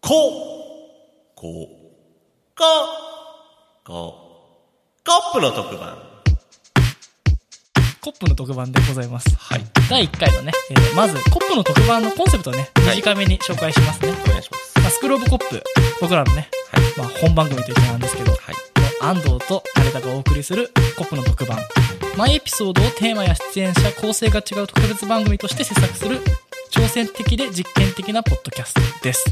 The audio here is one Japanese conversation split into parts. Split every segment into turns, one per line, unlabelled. こ、こ、か、こ、カップの特番。
コップの特番でございます。
はい。
第1回のね、えーまずコップの特番のコンセプトをね、
はい
短めに紹介しますね。
お願いします。
まあ、スクールオブコップ、僕らのね、
はい。
まあ、本番組ということなんですけど、
はい。
安藤と誰かがお送りするコップの特番。毎エピソードをテーマや出演者、構成が違う特別番組として制作する、挑戦的で実験的なポッドキャストです。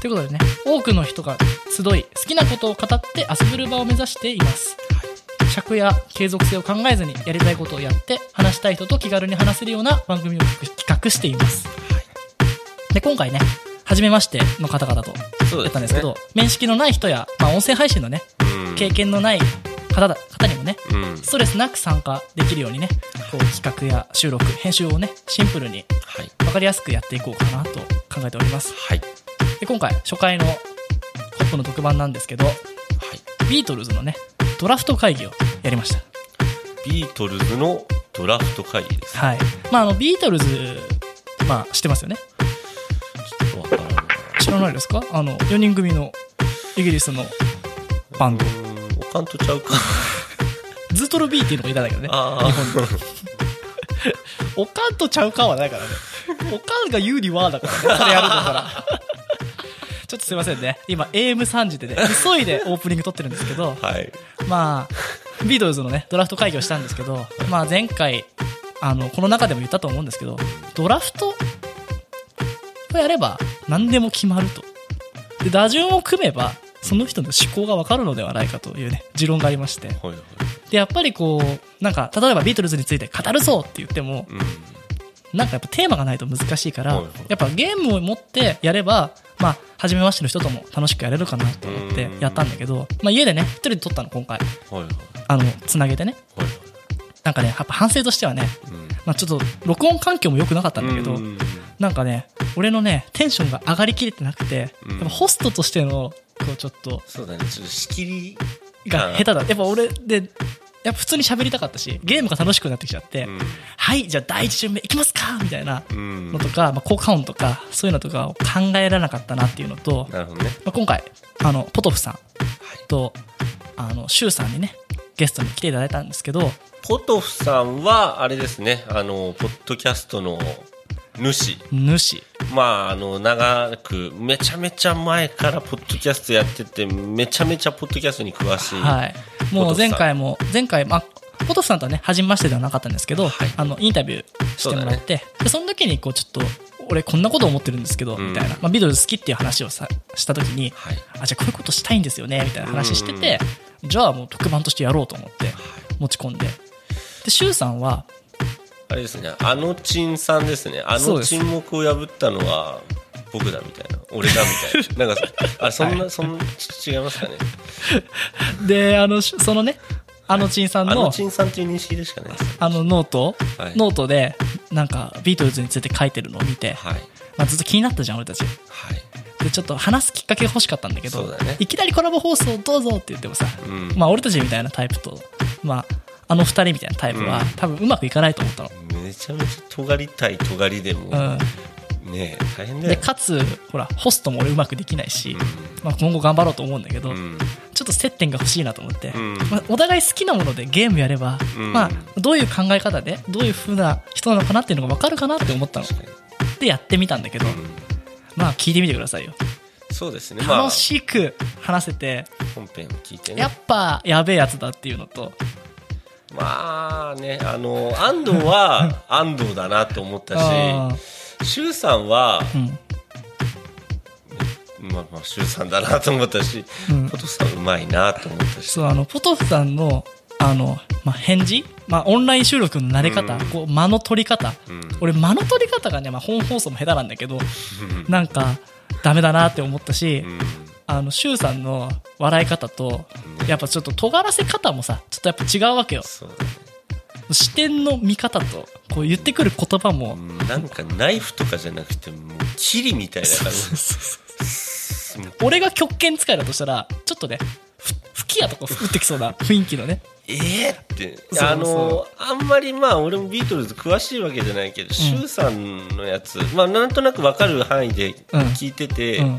ということでね、多くの人が集い、好きなことを語って遊べる場を目指しています。尺や継続性を考えずにやりたいことをやって話したい人と気軽に話せるような番組を企画しています、で今回ね初めましての方々と
そうです
やっ
ね
たんですけど面識のない人や、まあ、音声配信のね
うん。
経験のない方だ方にもね
うん。
ストレスなく参加できるようにねこう企画や収録編集をねシンプルに
はい。
分かりやすくやっていこうかなと考えております
はい。
で今回初回のコップの特番なんですけど
はい。
ビートルズのねドラフト会議をやりました
ビートルズのドラフト会議です。
はい。まあ、あの、ビートルズ、まあ、知ってますよね。
ちょっとわからない。
知らないですかあの、4人組のイギリスのバンド。
うーん、おかんとちゃうか。
ズートルビーっていうのもいたんだけどね。
あ
おかんとちゃうかはないからね。おかんが有利はだからね。それやるんだから。ちょっとすいませんね。今、AM3 時でね、急いでオープニング撮ってるんですけど、
あ。はい。
まあ、ビートルズのね、ドラフト会議をしたんですけど、まあ前回、あの、この中でも言ったと思うんですけど、ドラフトをやれば何でも決まると。で、打順を組めば、その人の思考がわかるのではないかというね、持論がありまして。
はいはい。
で、やっぱりこう、なんか、例えばビートルズについて語るぞって言っても、
うん。
なんかやっぱテーマがないと難しいか
は
ら
いはい、
やっぱゲームを持ってやれば、まあ、初めましての人とも楽しくやれるかなと思ってやったんだけど、まあ家でね、一人で撮ったの今回。
はいはい。
あの、つなげてね。
はいはい。
なんかね、やっぱ反省としてはね、まあちょっと録音環境も良くなかったんだけど、
うん
なんかね、俺のね、テンションが上がりきれてなくて、
うん
やっぱホストとしての、こうちょっと、
そうだね。ちょっと仕切り。
が下手だ。やっぱ俺で、やっぱ普通に喋りたかったし、ゲームが楽しくなってきちゃって、
うん
はい、じゃあ第一巡目いきますかみたいな
うん
の。とか、まあ効果音とか、そういうのとかを考えられなかったなっていうのと、
なるほどね。
まあ、今回、あの、ポトフさん
はい。
と、あの、シュウさんにね、ゲストに来ていただいたんですけど、
ポトフさんは、あれですね、あの、ポッドキャストの主。
主。
まあ、あの、長く、めちゃめちゃ前からポッドキャストやってて、めちゃめちゃポッドキャストに詳しい。
はい。も
ポト
う
フさん
前回も、前回、まあ、ポトフさんとはね、初めましてではなかったんですけど、
はい
あの、インタビューしてもらって、で、その時に、こう、ちょっと、俺こんなこと思ってるんですけど、
ん
みたいな。まあ、ビートルズ好きっていう話をさした時に、
はい。
あ、じゃあこういうことしたいんですよね、みたいな話してて、じゃあもう特番としてやろうと思って、持ち込んで。で、シュウさん は、
あれですね、あのちんさんですね。あ
そう
の
です
沈黙を破ったのは、僕だみたいな。俺だみたいな。なんか、あ、そんな、そんな、ち違いますかね。
で、あの、しそのね、あのちんさん
あ
の
の、ちんさんっていう認識でしかないですね。
あの、ノート、
はい
ノートで、なんか、ビートルズについて書いてるのを見て、
はい。
まあ、ずっと気になったじゃん、俺たち。
はい。
でちょっと話すきっかけが欲しかったんだけど
そうだね
いきなりコラボ放送どうぞって言ってもさ、
うん
まあ、俺たちみたいなタイプと、まあ、あの二人みたいなタイプは、
うん
多分うまくいかないと思ったの。
めちゃめちゃ尖りたい尖りでも、
う
ねえ、大変
ん、
だ
で
よ。
かつほらホストも俺うまくできないし、
う
まあ、今後頑張ろうと思うんだけ
ん。
ど、
うん。
ちょっと接点が欲しいなと思って、
うん
まあ、お互い好きなものでゲームやれば、
うん
まあ、どういう考え方でどういう風な人なのかなっていうのが分かるかなって思ったの
確かに。
でやってみたんだけど、まあ聞いてみてくださいよ
そうですね。まあ
楽、しく話せて
本編を聞いてね。
やっぱやべえやつだっていうのと
まあね、あの、安藤 は安藤だなと思った
あ
し、周さんは、
ーうん
まあまあ、周さんだなと思ったし、
うん
ポトフさんうまいなと思ったし、
そうあのポトフさんのあの、まあ、返事、まあ、オンライン収録の慣れ方、
うん
こう間の取り方、
うん
俺間の取り方がね、まあ、本放送も下手なんだけどなんかダメだなって思ったし、
うん、
あのシュウさんの笑い方とやっぱちょっと尖らせ方もさちょっとやっぱ違うわけよ
そうだね。
視点の見方とこう言ってくる言葉も、
うんなんかナイフとかじゃなくて、もう、切りみたいな感じ。
俺が極拳使いだとしたらちょっとねふ吹き矢とか打ってきそうな雰囲気のね
えーって
そうそう
あのあんまりまあ俺もビートルズ詳しいわけじゃないけど、シュウさんのやつ、まあ、なんとなく分かる範囲で聞いてて、
うん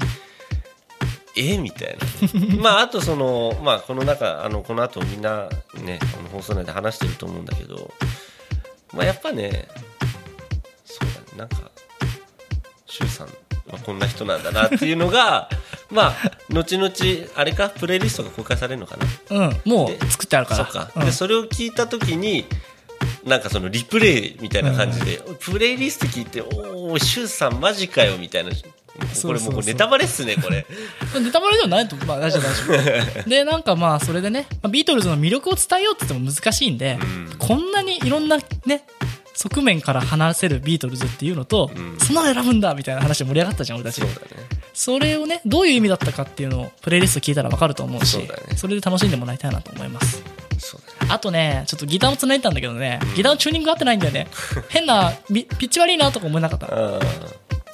えみたいな まああとその、まあ、この中あのこの後みんなねあの放送内で話してると思うんだけど、まあ、やっぱねそうだねなんか周さんはこんな人なんだなっていうのが まあ後々あれかプレイリストが公開されるのかな
うんも
で
う作ってあるから
そうか、
うん
でそれを聞いた時になんかそのリプレイみたいな感じで、プレイリスト聞いて「おお周さんマジかよ」みたいなこ
そうそう
れ
そう
もうネタバレっすねこれ
ネタバレではないと、まあ、大丈夫、大 丈夫。で、なんかまあ、それでね、まあビートルズの魅力を伝えようって言っても難しいんで、
うん
こんなにいろんなね、側面から話せるビートルズっていうのと、
うん
そんなの選ぶんだみたいな話で盛り上がったじゃん、俺たち
そう。だね
それをね、どういう意味だったかっていうのを、プレイリスト聞いたらわかると思うし、
そうだね
それで楽しんでもらいたいなと思います。
そうだね
あとね、ちょっとギターも繋いでたんだけどね、ギターのチューニング合ってないんだよね。 変な、ピピッチ悪いなとか思えなかった。
あ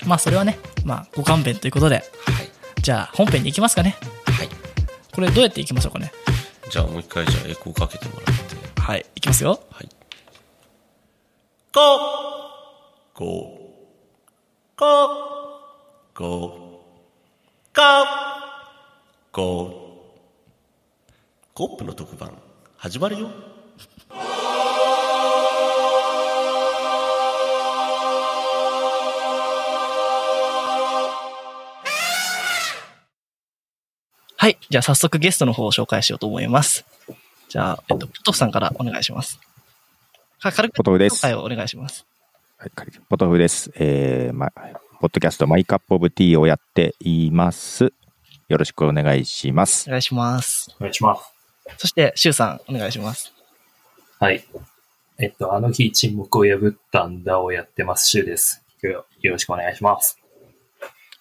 まあ、それはね、まあ、ご勘弁ということで、
ーはい
じゃあ、本編に行きますかね。
はい
これどうやって行きましょうかね。
じゃあもう一回じゃあエコーかけてもらって
はい、いきますよ。
はいこうこうこうこうこうこうコップの特番始まるよ
はい、じゃあ早速ゲストの方を紹介しようと思います。じゃあ、えっと、ポトフさんからお願いします。か軽く
ポトフです
紹介をお願いします。
はい、ポトフです。えー、ま、ポッドキャストマイカップオブティーをやっています。よろしくお願いします
お。願いします。
お願いします。
そして、シュウさん、お願いします。
はい。えっと、あの日沈黙を破ったんだをやってます、シュウです。よよろしくお願いします。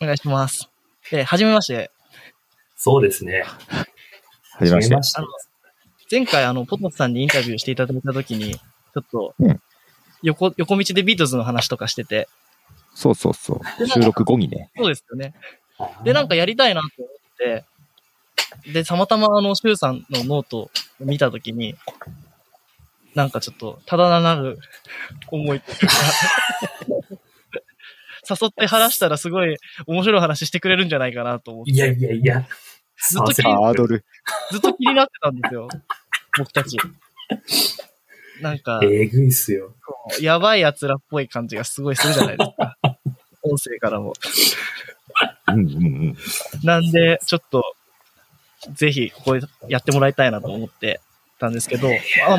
お願いします。で、はじめまして。
そうですね。
はじめまして。
あの、前回、あの、ポトフさんにインタビューしていただいたときに、ちょっと
うん、
横、横道でビートルズの話とかしてて、
そうそうそう。収録後にね。
そうですよね。
あー
で、なんかやりたいなと思って、で、たまたまあの、シュウさんのノートを見たときに、なんかちょっと、ただならぬ思いというか、 誘って話したらすごい面白い話してくれるんじゃないかなと思って、
いやいやいや。
ずっと気に
ハードル。
ずっと気になってたんですよ。僕たち。なんか、
えぐいっすよ。
やばい奴らっぽい感じがすごいするじゃないですか。音声からも。
うんうんうん。
なんで、ちょっと、ぜひ、ここでやってもらいたいなと思ってたんですけど、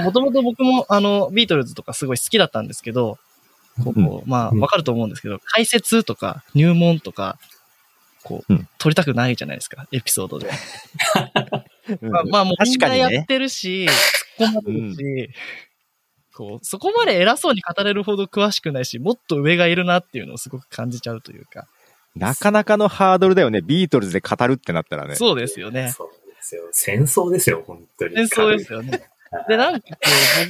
もともと僕も、あの、ビートルズとかすごい好きだったんですけど、こうまあ、
うん
わかると思うんですけど、解説とか入門とか、こう、
うん
取りたくないじゃないですか、エピソードで。
うん
まあ、まあ、もうみ
確
ん
か
な
に
やっ
ね。
てるし、突っ込まれるし、こう、そこまで偉そうに語れるほど詳しくないし、もっと上がいるなっていうのをすごく感じちゃうというか、
なかなかのハードルだよね。ビートルズで語るってなったらね。
そうですよね。
そうですよ。戦争ですよ、本当に。
戦争です
よ。
よね。で、なんかこ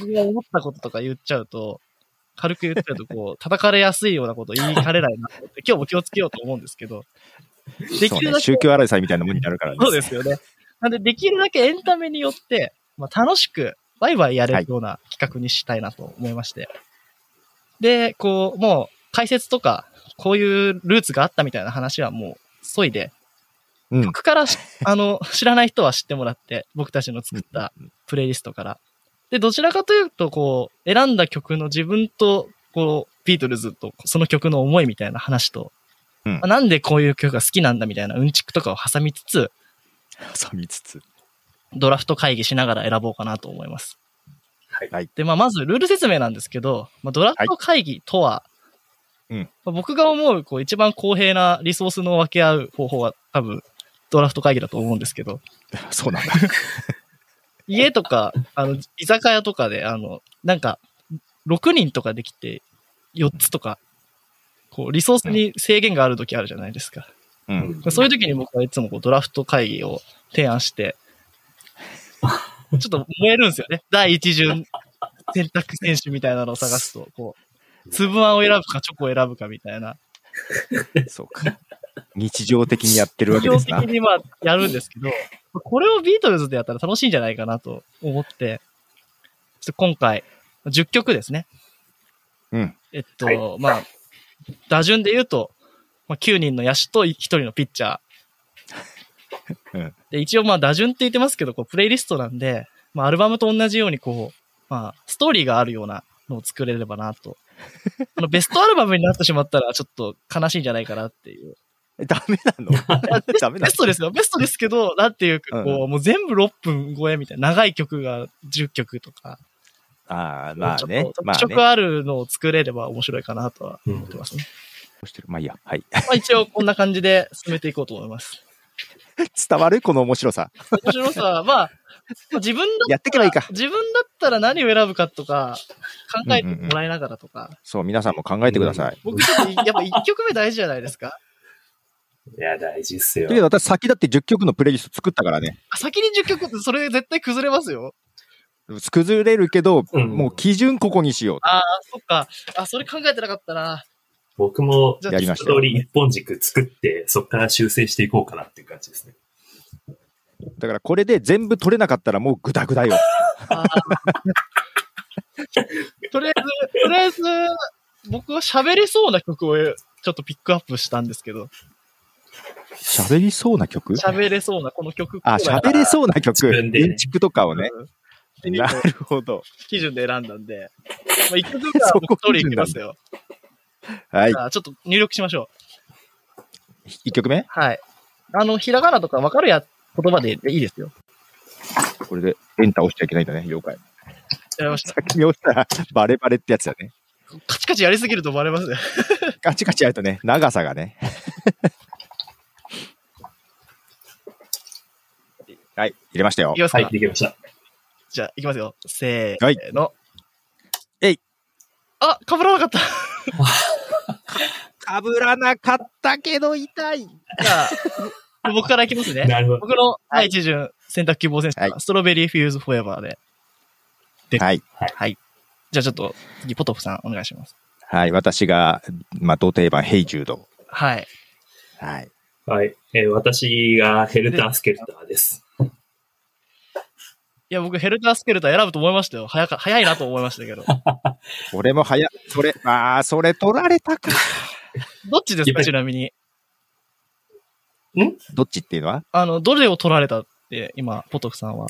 う、僕が思ったこととか言っちゃうと、軽く言っちゃうと、こう、叩かれやすいようなこと言いかれないなと思って、今日も気をつけようと思うんですけど、で
そう
きる
ね。
だけ、
宗教争いみたいなもんになるからね。
そうですよね。なんで、できるだけエンタメによって、まあ、楽しく、ワイワイやれるような企画にしたいなと思いまして。で、こう、もう、解説とか、こういうルーツがあったみたいな話はもう、そいで、
うん。
僕からし、あの、知らない人は知ってもらって、僕たちの作ったプレイリストから。で、どちらかというと、こう、選んだ曲の自分と、こう、ビートルズと、その曲の思いみたいな話と、
うん
まあなんでこういう曲が好きなんだみたいなうんちくとかを挟みつつ、
挟みつつ。
ドラフト会議しながら選ぼうかなと思います。
はい
はい
で、まあ、まずルール説明なんですけど、まあ、ドラフト会議とは、
うん
まあ僕が思う、こう、一番公平なリソースの分け合う方法は、多分、ドラフト会議だと思うんですけど、
そうなんだ。
家とか、あの、居酒屋とかで、あの、なんか、6人とかできて、4つとか、こう、リソースに制限がある時あるじゃないですか。
うん。
そういう時に僕はいつもこうドラフト会議を提案して、ちょっと燃えるんですよね。第一巡選択選手みたいなのを探すと、こう、粒あんを選ぶかチョコを選ぶかみたいな。
そうか。日常的にやってるわ
基
けで
本
す
的
な。
にまあやるんですけど、これをビートルズでやったら楽しいんじゃないかなと思って、ちょっと今回、10曲ですね。
うん。
えっと、
はい
まあ、打順で言うと、まあ、9人の野手と1人のピッチャー。
うん
で、一応まあ打順って言ってますけど、こうプレイリストなんで、まあアルバムと同じようにこう、まあストーリーがあるようなのを作れればなと。あのベストアルバムになってしまったらちょっと悲しいんじゃないかなっていう。
えダメなのダメ な
ベストですよ。ベストですけど、なんていうか、こう、
う
もう全部6分超えみたいな、長い曲が10曲とか、
のああ、ま
ち
あ
ょっ
ね
と。
まあ
特
ね。
色あるのを作れれば面白いかなとは
うん
思ってますね。
してるまあいいや。 はい。
まあ一応こんな感じで進めていこうと思います。
伝わるこの面白さ。
面白さは、まあ、自分だ
やってけばいいか。
自分だったら何を選ぶかとか、考えてもらいながらとか、
そう、皆さんも考えてください。
僕ちょっとやっぱ1曲目大事じゃないですか。
いや、大事っすよ
だ。けど私先だって10曲のプレイリスト作ったからね。
あ先に10曲ってそれ絶対崩れますよ。
崩れるけど、
うん
もう基準ここにしよう。
ああ、そっか。あ、それ考えてなかったな。
僕も、
じゃあ
やりま
ス
し
ト
た
ー
よ。
リー一本軸作って、そこから修正していこうかなっていう感じですね。
だからこれで全部取れなかったらもうグダグダよ。
あー とりあえず、とりあえず、僕は喋れそうな曲をちょっとピックアップしたんですけど、
喋りそうな曲
喋れそうなこの曲
あ、喋れそうな曲。
自分でね
建築とかをね。
うんっていう
なるほど。
基準で選んだんで、まあ、1曲 目は僕一人いきますよ。
はい。
じゃあちょっと入力しましょう。
1曲目
はい。あの、ひらがなとかわかるや言葉でいいですよ。
これでエンター押しちゃいけないんだね、了解。
やりました。
先に押したらバレバレってやつだね。
カチカチやりすぎるとバレますね。
ガチガチやるとね、長さが ね。はい、入れましたよ
いき。ますか、
はい、できました。
じゃあ、いきますよ。せーの。
えい。
あ、かぶらなかった。
かぶらなかったけど痛い。
じゃあ、僕からいきます ね。
なるほど。
僕の第一順、選択希望選手は、
は
ストロベリーフューズフォーエバーで。
はい。
じゃあちょっと、次、ポトフさんお願いします。
はい、私が、まあ、童貞版、ヘイジュード。
はい。
はい。
はい。えー私がヘルタースケルターです。
いや、僕、ヘルタースケルター選ぶと思いましたよ。早か、早いなと思いました けど。
俺も早、それ、ああ、それ取られたか。
どっちですか、ちなみに。
どっちっていうのは
あの、どれを取られたって、今、ポトフさんは。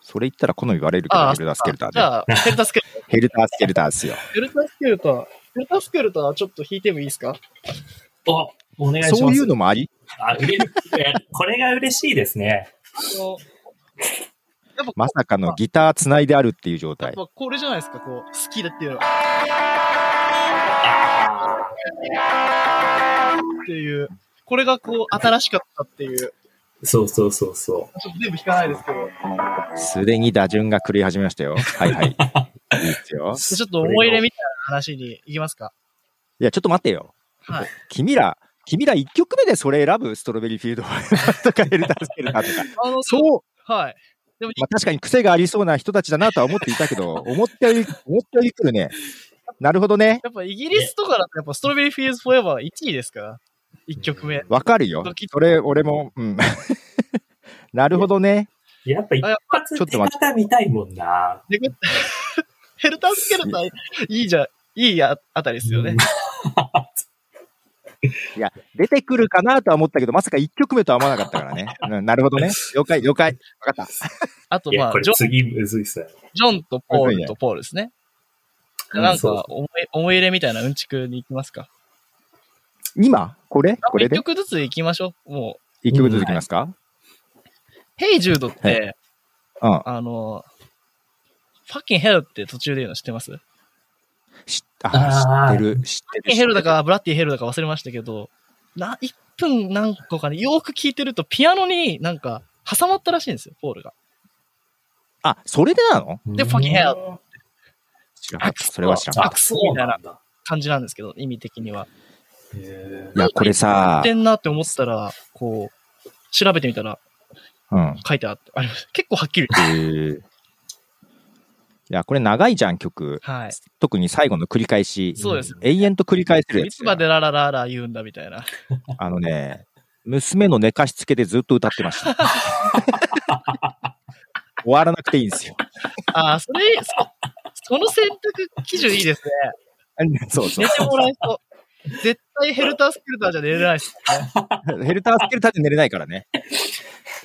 それ言ったら好み割れるけど、ヘルタースケルタ
じ
ーね。
ゃあ、ヘルタースケルター
ヘルタースケルターですよ。
ヘルタースケルター、ヘルタースケルターちょっと引いてもいいですか
お、お願いします。
そういうのもあり
あ、売れる。いやこれが嬉しいですね。
あの、やっぱ、
まさかのギターつないであるっていう状
やっ
態。
ぱこれじゃないですか、こう、好きだっていうのは。っていう、これがこう、新しかったっていう、ち
そうそうそうそ
ょっと全部弾かないですけど、
すでに打順が狂い始めましたよ。はい はい。いいですよ。
ちょっと思い入れみたいな話に行きますか。
いや、ちょっと待ってよ。
はい。
君ら、君ら1曲目でそれ選ぶストロベリーフィールド とかヘルタースケルターとか。
あの、。
そうう、
はい。でも、
まあ、確かに癖がありそうな人たちだなとは思っていたけど、思ったより、思ったより来るね。なるほどね。
やっぱイギリスとかだと、やっぱストロベリーフィーズフォーエバー1位ですから、1曲目。
わかるよ。それ、俺も、うん。 なるほどね。
う。やっぱ一発
ちょっ
手
と待
形見たいもんな。
で ヘルタースケルター、いいじゃ、いいああたりですよね。
出てくるかなとは思ったけど、まさか1曲目とは思わなかったからね。うん、なるほどね。了解、了解。わかっ
あと、
いや、
ま
こ
あ、
れ
ジョン
次むずいっすね。
ジョンとポールとポールですね。
うん
なん
そう
か思い、思い入れみたいなうんちくに行きますか。
た。今これこれ
一
で
曲ずつ行きましょう。もう、
?1 曲続きますか
ヘイジュードって、
はうん。
あの、ファッキンヘルって途中で言うの知ってますフ
知あ
あ
知
ー
ってる、知
ァッ
って
キン
る。
ヘルだかブラッディヘルだか忘れましたけど、な、1分何個かね、よーく聞いてるとピアノになんか挟まったらしいんですよ、ポールが。
あ、それでなの
で fucking hell
知らなかった。それは知らなかっ
あ
あ、そ
そうう
な
なんんだ。
感じなんですけど、意味的には。
へ
た。いや、これ
や
さ
っ、てんなって思ってたら、こう、調べてみたら
うん。
書いてあって、ありました。結構はっきり。
いや、これ長いじゃん、曲。
はい。
特に最後の繰り返し。
そうです
永遠と繰り返せるや
い
つ
つ。までララララ言うんだみたいな。
あのね、娘の寝かしつけでずっと歌ってました。終わらなくていいんですよ。
ああ、それ、そその選択基準いいですね。
そうそう
寝。てもらえそう。絶対ヘルタースケルターじゃ寝れないです。
ヘルタースケルターで寝れないからね。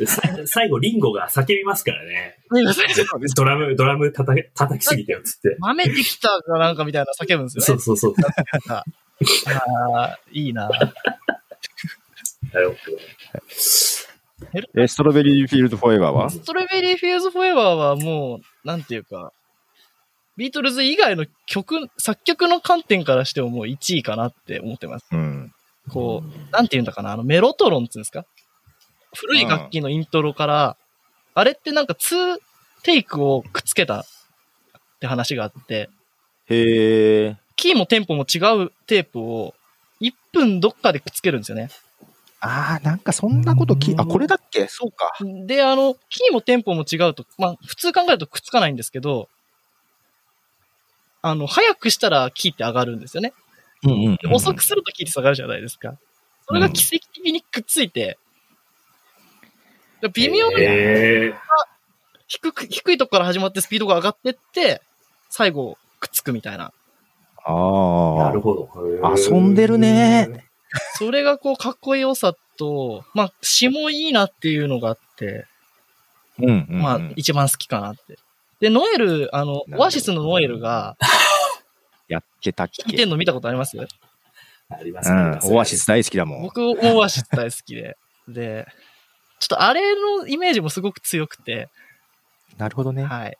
さ最後、リンゴが叫びますからね。
ごめんな さい。
ドラム、ドラム叩け叩きすぎたよ、つって。
豆できたかなんかみたいな叫ぶんです
そ
よ
う
ね。
そうそう。
あーいいな
なるほ
え、ストロベリーフィールドフォーエバーは
ストロベリーフィールズフォーエバーはもう、なんていうか、ビートルズ以外の曲、作曲の観点からしてももう1位かなって思ってます。
うん。
こう、なんていうんだかな、あのメロトロンって言うんですか古い楽器のイントロから、あれってなんか2テイクをくっつけたって話があって、
へえ。
キーもテンポも違うテープを1分どっかでくっつけるんですよね。
ああ、なんかそんなことき、あ、これだっけそうか。
で、あの、キーもテンポも違うと、まあ、普通考えるとくっつかないんですけど、あの、早くしたらキーって上がるんですよね。
うんうん
で遅くするとキーって下がるじゃないですか。それが奇跡的にくっついて、微妙
ど。
に
え
低く、低いとこから始まってスピードが上がってって、最後、くっつくみたいな。
ー、な
あ
る
あ。
ほど。へー
遊んでるね。
それがこう、かっこよさと、まあ、詩もいいなっていうのがあって、
うんうんうん。
まあ、一番好きかなって。で、ノエル、あの、
なるほど
オアシスのノエルが、
やってたっ
弾い
け
てんの見たことあり ます
ありま
う
す
ん
ね。。
オアシス大好きだもん。
僕もオアシス大好きで。で、ちょっとあれのイメージもすごく強くて、
なるほどね。あ
はい。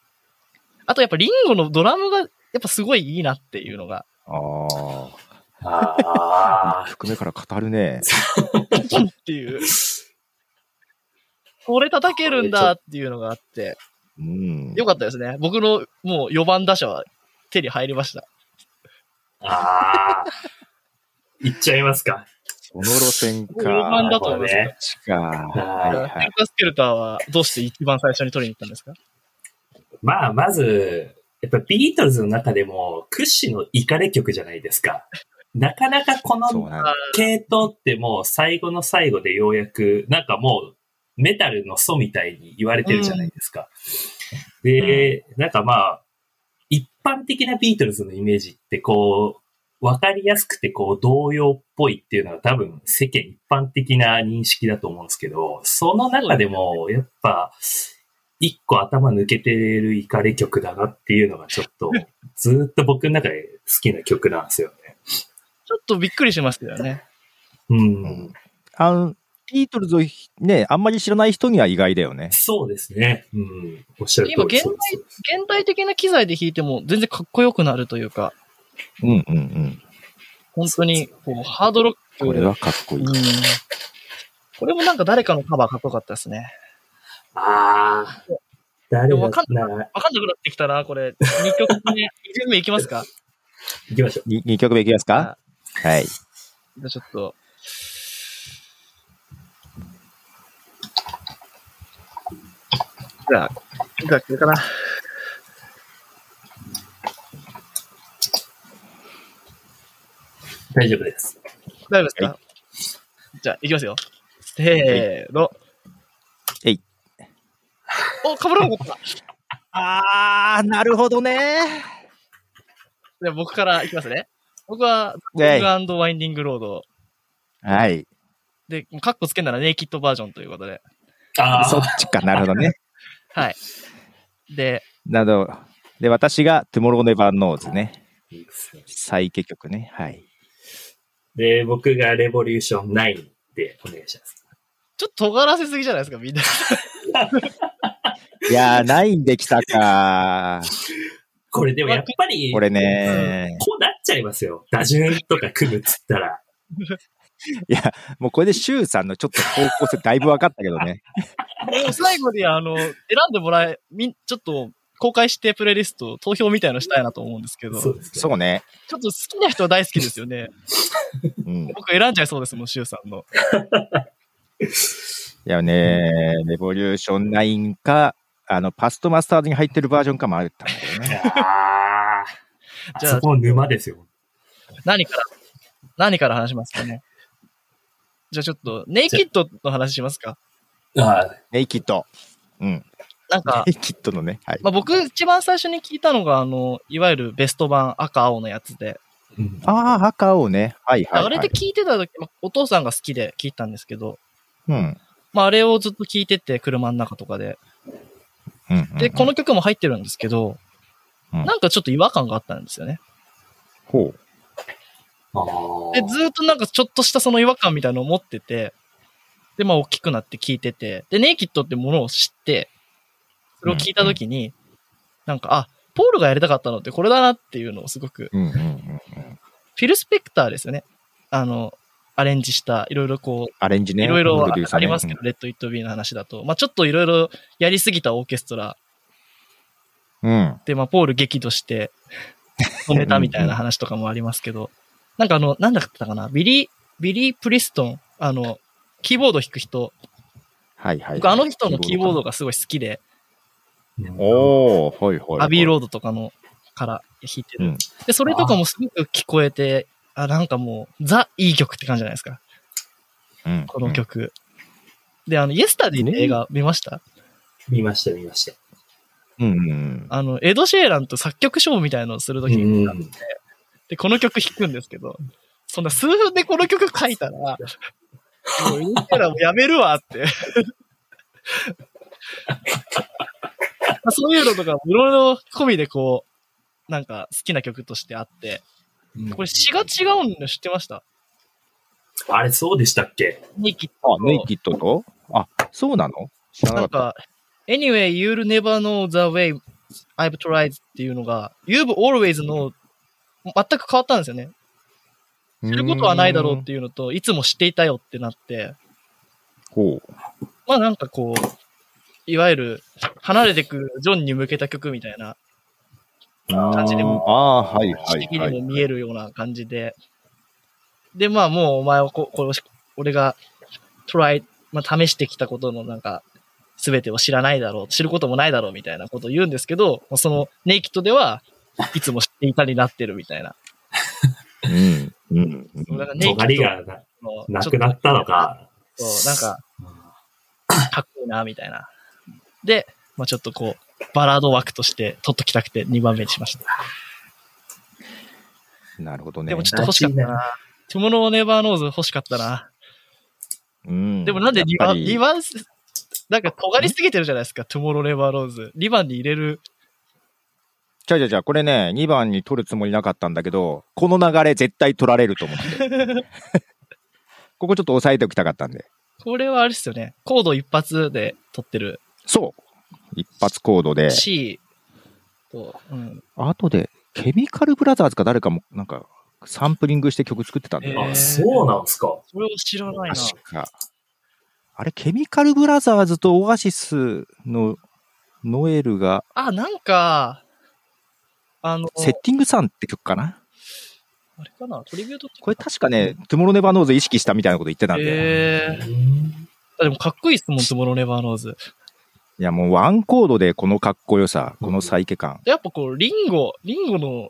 あとやっぱリンゴのドラムが、やっぱすごいいいなっていうのが、
あ。
ああ。
曲目から語るね。
ポンっていう。これ叩けるんだっていうのがあって、
うん。
よかったですね。僕のもう4番打者は手に入りました。
ああ。いっちゃいますか。
その路線
4番
か。
だと思います
な
よ。
る
ちか。はいは
ヘ
い
ル。タースケルターはどうして一番最初に取りに行ったんですか
まあ、まず、やっぱビートルズの中でも屈指のイカレ曲じゃないですか。なかなかこの
そうなんだ。
系統ってもう最後の最後でようやく、なんかもうメタルの祖みたいに言われてるじゃないですか。で、なんかまあ、一般的なビートルズのイメージってこう、わかりやすくてこう動揺っぽいっていうのは多分世間一般的な認識だと思うんですけど、その中でもやっぱ一個頭抜けてるイカレ曲だなっていうのがちょっとずーっと僕の中で好きな曲なんですよね。
ちょっとびっくりしましたよね。
うん。
あの、ビートルズをひね、あんまり知らない人には意外だよね。
そうですね。うん。おっしゃる通
今
りで
現
す。
代、現代的な機材で弾いても全然かっこよくなるというか、
うんうんうん。
本当にこうハードロック。
これはかっこ
う
い
ん
い。。
これもなんか誰かのカバーかっこよかったですね。
ああ。
で
誰
もわか
だ
ん
な
わかんなくなってきたな、これ。2曲目、2曲目いきますか
行きましょう。
2曲目いきますかはい。
じゃあちょっと。じゃあ、じゃあこれかな。
大丈夫です。
大丈夫ですか、じゃあ、いきますよ。せーの。
えい。
お、かぶらなかった。
あー、なるほどね。
じゃあ僕からいきますね。僕は、ロ
えい
ングワインディングロード。
はい。
で、カッコつけんならネイキッドバージョンということで。
あ
そっ
あ。
ちか、なるほどね。
はい。で、
など。で、私が、トゥモローネバーノーズね。
いいですね
再結局ね。はい。
で、僕がレボリューション9でお願いします。
ちょっと尖らせすぎじゃないですか、みんな。
いやー、ないんできたか。
これでもやっぱり、
これね。
こうなっちゃいますよ。打順とか組むっつったら。
もうこれで、シュウさんのちょっと方向性だいぶ分かったけどね。
もう最後に、あの、選んでもらえ、みん、ちょっと、公開してプレイリスト、投票みたいのしたいなと思うんですけど、ち
そ
ょっ
うですね。
そうね。
と好きな人は大好きですよね。
うん。い
僕選んじゃいそうですもん、シュウさんの。
やね、レボリューション9か、あの、パストマスターズに入ってるバージョンかもあったんだ よね。
ああ。
じゃあ
そこ沼ですよ。
何から、何から話しますかね。じゃあちょっと、ネイキッドの話しますか。
ああ。
ネイキッド。うん。
なんか、
ネイキッドのね。はい。
まあ、僕一番最初に聞いたのが、あの、いわゆるベスト版赤青のやつで、
うん
ああ、赤をね。はいはい、はい。
あれで聞いてた時、まあお父さんが好きで聞いたんですけど、
うん。うん
まあ、あれをずっと聞いてて、車の中とかで。
うんうん
で、この曲も入ってるんですけど、
うん
なんかちょっと違和感があったんですよね。
ほう。
あ
で、
ー
ずーっとなんかちょっとしたその違和感みたいなのを持ってて、で、まあ大きくなって聞いてて、で、ネイキッドってものを知って、それを聞いたときに、なんか、あ、ポールがやりたかったのってこれだなっていうのをすごく、
うんうんうん。
フィル・スペクターですよね。あの、アレンジした、いろいろこう、
アレンジね。
いろいろ
プロデューサ
あ
ーね
りますけど、レッド・イット・ビーの話だと、まあちょっといろいろやりすぎたオーケストラ
うん。
で、まあ、ポール激怒 して、止めたみたいな話とかもありますけど、なんかあの、なんだったかな、ビリー、ビリー・プリストン、あの、キーボード弾く人、
はいはい。
僕あの人のキーボードがすごい好きで、
おおはいはい。
アビーロ
ー
ードとかのから弾いて
う
る
ん。
で、それとかもすごく聞こえて、あ、なんかもう、ザ・いい曲って感じじゃないですか、
ド、うん
この。曲。で、あの、イエスタディの映画見ました
見ました、見ました。
うんうん。
あの、エド・シェーランと作曲賞みたいのをするときに、
うん
で、この曲弾くんですけど、そんな数分でこの曲書いたら、もうインテラもうやめるわって。 そういうのとか、いろいろ込みでこう、なんか好きな曲としてあって、これ詩が違うの知ってました
あれ、そうでしたっけ
ニキ
あ、ネイキッドとあ、そうなの知ら
な
なんかっ
か、Anyway, you'll never know the way I've tried っていうのが、You've always know 全く変わったんですよね。
た。
知ることはないだろうっ
ん。
ていうのと、いつも知っていたよってなって、
ほ
まあなんかこう、いわゆる離れてくるジョンに向けた曲みたいな感じで
う。
も、
ああー、はいは
詩的
い
に
は
も
い。
見えるような感じで。で、まあもうお前をこ、これをし俺がトライ、まあ試してきたことのなんか、すべてを知らないだろう、知ることもないだろうみたいなことを言うんですけど、まあそのネイキッドでは、いつも知っていたになってるみたいな。
うん。うん。
そうだからネイキ
尖り
ッ
がな
ドの
なくなったの。か。
ちょっとそうなんか、かっこいいな、みたいな。で、まあちょっとこう、バラード枠として取っときたくて2番目にしました。
なるほどね。
でもちょっと欲しかったな。トゥモローネバーノーズ欲しかったな。
うん
でもなんで2
やっぱ
番、
り
2番、なんか尖りすぎてるじゃないですか、トゥモローネバーノーズ。2番に入れる。
じゃあじゃあじゃあこれね、2番に取るつもりなかったんだけど、この流れ絶対取られると思って。 ここちょっと押さえておきたかったんで。
これはあれですよね。コード一発で取ってる
そう一発コードで。
C と、うん。
あとで、ケミカルブラザーズか誰かも、なんか、サンプリングして曲作ってたんだよね。
えー
あ、そうなんですか。
それを知らないな。
確か。あれ、ケミカルブラザーズとオアシスのノエルが、
あ、なんか、あの、
セッティングさんって曲かな
あれかな、トリビュートって
これ確かね、トゥモローネバーノーズ意識したみたいなこと言ってたんで。
えー
うん
あでもかっこいいですもん、トゥモローネバーノーズ。
いや、もうワンコードでこのかっこよさ、このサイケ感。
でやっぱこう、リンゴ、リンゴ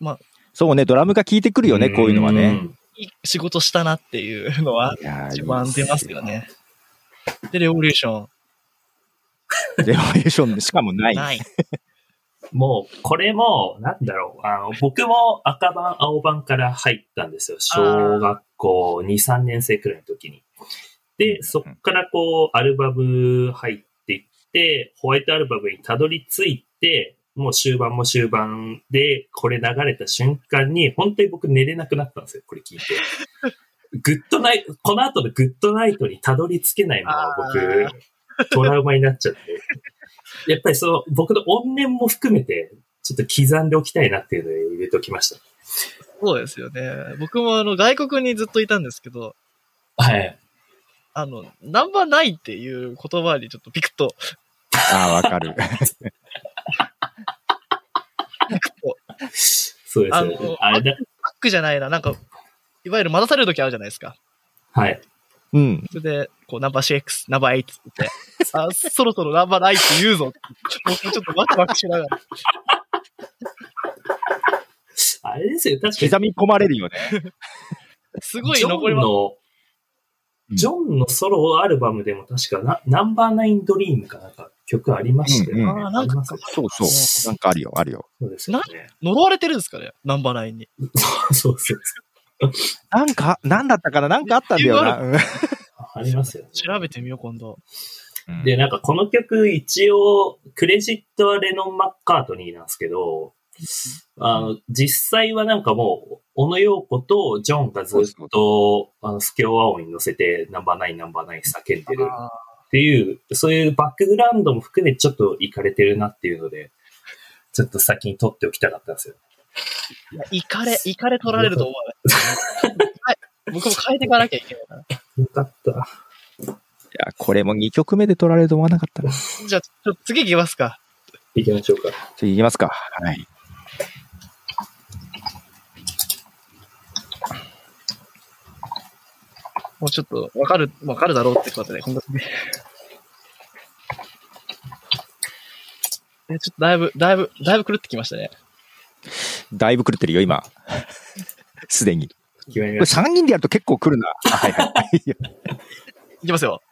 の
そうね、ドラムが効いてくるよね、こういうのはね。。
いい仕事したなっていうのはい
やー
一番出ますよ。 ね。で、レボリューショ
いいですよレボリューションしかもな
ン、
い。
ない。
もう、これも、なんだろう。あの、僕も赤版、青版から入ったんですよ。小学校2、3年生くらいの時に。で、そっからこう、アルバム入っていって、ホワイトアルバムにたどり着いて、もう終盤も終盤で、これ流れた瞬間に、本当に僕寝れなくなったんですよ。これ聞 いて。グッドナイト、この後のグッドナイトにたどり着けないまま
あ
僕、トラウマになっちゃって。やっぱりその、僕の怨念も含めて、ちょっと刻んでおきたいなっていうのを入れておきました。
そうですよね。僕もあの、外国にずっといたんですけど、
はい。
あの、ナンバーナインっていう言葉にちょっとピクッと、
ああ、わかる。
そうですよね
あの
あれだ。
バックじゃないな、なんか、いわゆる待たされる時あるじゃないですか。
はい。
うん。
それで、こう、ナンバー6、ナンバー8って言って、あ、そろそろナンバーナインって言うぞって。僕もちょっとワクワクしながら。
あれですよ。確かに
刻み込まれるよね。
すごい残ります。
うん
ジョンの、ジョンのソロアルバムでも確かな、ナンバーナインドリームかなんか曲ありましたよね。
うんうん
ああ、なん
あり
か
ます、
そうそう。なんかあるよ、あるよ。
そうですよね。
呪われてるんですかねナンバーナインに。
そうそうそう。
なんか、なんだったかななんかあったんだよな。うん
ありますよね。
調べてみよう、今度。
で、なんかこの曲一応、クレジットはレノン・マッカートニーなんですけど、あの、実際はなんかもう、小野洋子とジョンがずっと、あの、スケオアオに乗せて、ナンバーナイン、ナンバーナイン叫んでる
あ
っていう、そういうバックグラウンドも含めちょっといかれてるなっていうので、ちょっと先に撮っておきたかったんですよ。
あ、イカれ、イカれ取られると思わない。 はい。僕も変えていかなきゃいけないから。
よかった。
いや、これも2曲目で取られると思わなかったな。じ
じゃあ、ちょっと次行きますか。
行きましょうか。
ゃあいきますか。はい。
もうちょっと、わかる、わかるだろうってことで、今度。え、ちょっとだいぶ、だいぶ、だいぶ狂ってきましたね。
だいぶ狂ってるよ、今。 すでに。こ
決まり
れ
ました。
3人でやると結構来るな。はいはい。
いきますよ。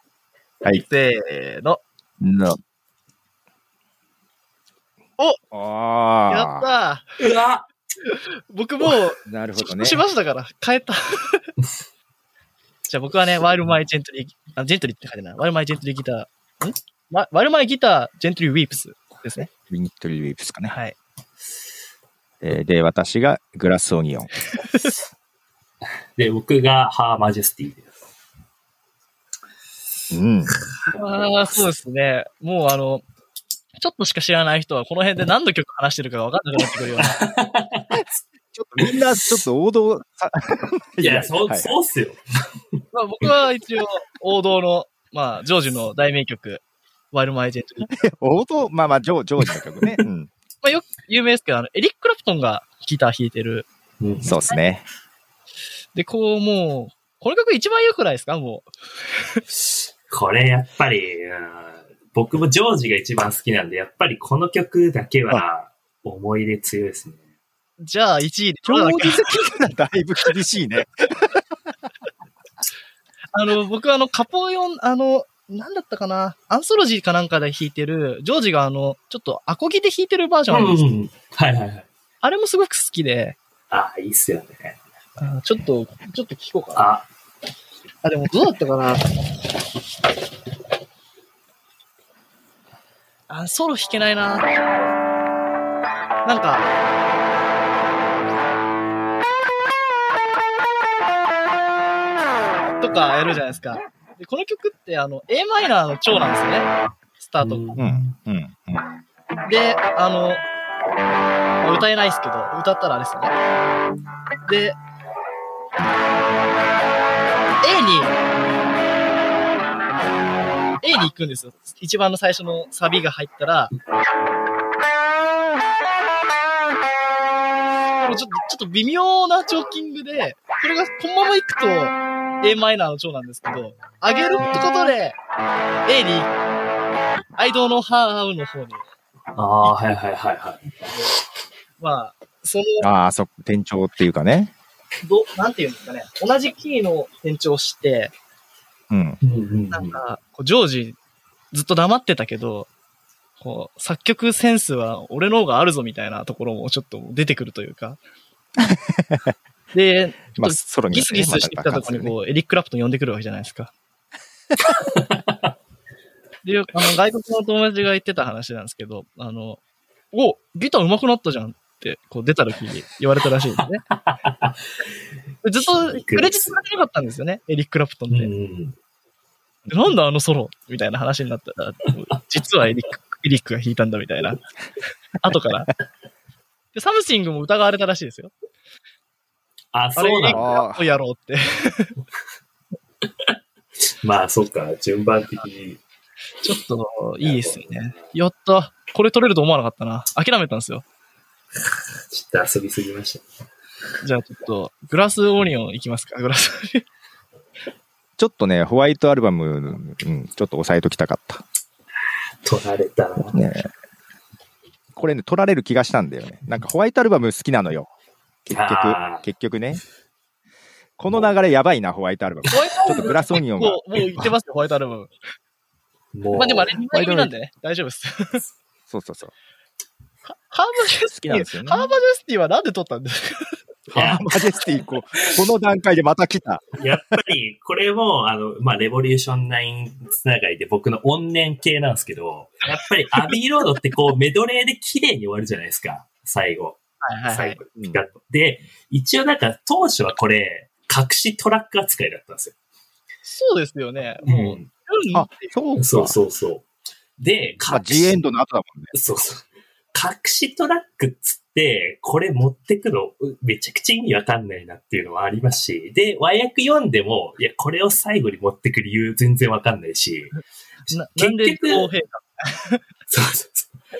はい。
せーの。
の。お
や
あ
っ
あ。
た
うわ
ー僕もう、
なるほど
嫉
ね
妬。しましたから、変え た。じゃあ僕はね、ワイルマイジェントリー、あ、ジェントリーって書いてない。ワイルマイジェントリーギター、んワワイルマイギター、ジェントリーウィープスですね。
ミニットリーウィープスかね。
はい。
えーで、私がグラスオニオン。
で、僕がハー・マジェスティです。
うん。
ああ、そうですね。もうあの、ちょっとしか知らない人は、この辺で何の曲話してるかが分かんなくなってくるような。
ちょっとみんな、ちょっと王道 さ。
いや、そう、
はい
そうっすよ。
まあ僕は一応、王道の、まあ、ジョージの代名曲、ワイルマイジェントリー。
王道、まあまあ、ジョージョージの曲ね。うん。
まあよく有名ですけど、あの、エリック・クラプトンがギター弾いてる。
うん
そうですね。
で、こうもう、この曲一番良くないですかもう。
これやっぱり、うん僕もジョージが一番好きなんで、やっぱりこの曲だけは思い入れ強いですね。
じゃあ1位で。
ジョージ好きがだいぶ厳しいね。
あの、僕はあの、カポヨン、あの、なんだったかな、アンソロジーかなんかで弾いてる、ジョージがあの、ちょっとアコギで弾いてるバージョンあるんですよ、
ん。はいはいはい。
あれもすごく好きで、
あ、いいっすよね。
あちょっと、ちょっと聞こうかな。
あ、
あ、でもどうだったかな。あ、ソロ弾けないな。なんか、とかやるじゃないですか。でこの曲って、あの、a マイナーの長なんですね。スタートが。
う。
うん
うん。うん
で、あの、まあ歌えないですけど、歌ったらあれですよね。で、A に、A に行くんですよ。一番の最初のサビが入ったら、もうちょっと、ちょっと微妙なチョーキングで、これがこのまま行くと A マイナーの調なんですけど、上げるってことで、A に、アイドのハーウの方に、
あー、はいはいはいはい。
まあ、その、
ああ、そ、転調っていうかね。
ど、なんていうんですかね、同じキーの転調をして、
うん。
うんうん
なん
う
か、こう、ジョージ、ずっと黙ってたけど、こう、作曲センスは俺の方があるぞみたいなところもちょっと出てくるというか。で、
まあ、ソロに、ね、
ギスギスしてきたとこに
ま
こう、エリック・クラプトン呼んでくるわけじゃないですか。 で、あの、外国の友達が言ってた話なんですけど、あの、おギター上手くなったじゃんって、こう出た時に言われたらしいんです ね。ずっとクレジットがなかったんですよね、エリック・クラプトンって。
んうん。
でなんだあのソロみたいな話になったら、実はエリック、 エリックが弾いたんだみたい な。後から。で、サムシングも疑われたらしいですよ。
あ、そうな
あれ
の
あ
やろうって。
まあ、そっか、順番的に。
ちょっと、いいですよね。やった。これ取れると思わなかったな。諦めたんですよ。
ちょっと遊びすぎました。
じゃあちょっと、グラスオニオンいきますか。グラスオニ
あちょっとね、ホワイトアルバム、うん、ちょっと押さえときたかった。
取られたな。
ねえこれね、取られる気がしたんだよね。なんかホワイトアルバム好きなのよ。結局
あー、
結局ね。この流れやばいな、ホワイトアルバム。
オン。ホワイトア
ち
ル
ょ
バ
っと
ム
グラスオニオンが
もう、もう言ってますよ、ホワイトアルバム。
もう、
まあでもあれ2枚組なんでね、大丈夫 です。
そうそうそう。
ハーバージェスティ
好きなんですよね
ハーバージェスティはなんで撮ったんですか
いや
あマジェスティ、こうこの段階でまた来た。
やっぱり、これも、あの、まあ、レボリューション9つながりで僕の怨念系なんですけど、やっぱりアビーロードってこう、メドレーで綺麗に終わるじゃないですか、最後。
はい
最後、ピカッと。で、一応なんか当初はこれ、隠しトラック扱いだったんですよ。
そうですよね。もう、夜に
あ、そうか。
そうそうそう。で、
まあ、G エンドの後だもんね。
そうそう。隠しトラックっつって、これ持ってくの、うめちゃくちゃ意味わかんないなっていうのはありますし、で、和訳読んでも、いや、これを最後に持ってく理由全然わかんないし、
ななんで
結局
公平か。
そうそうそう。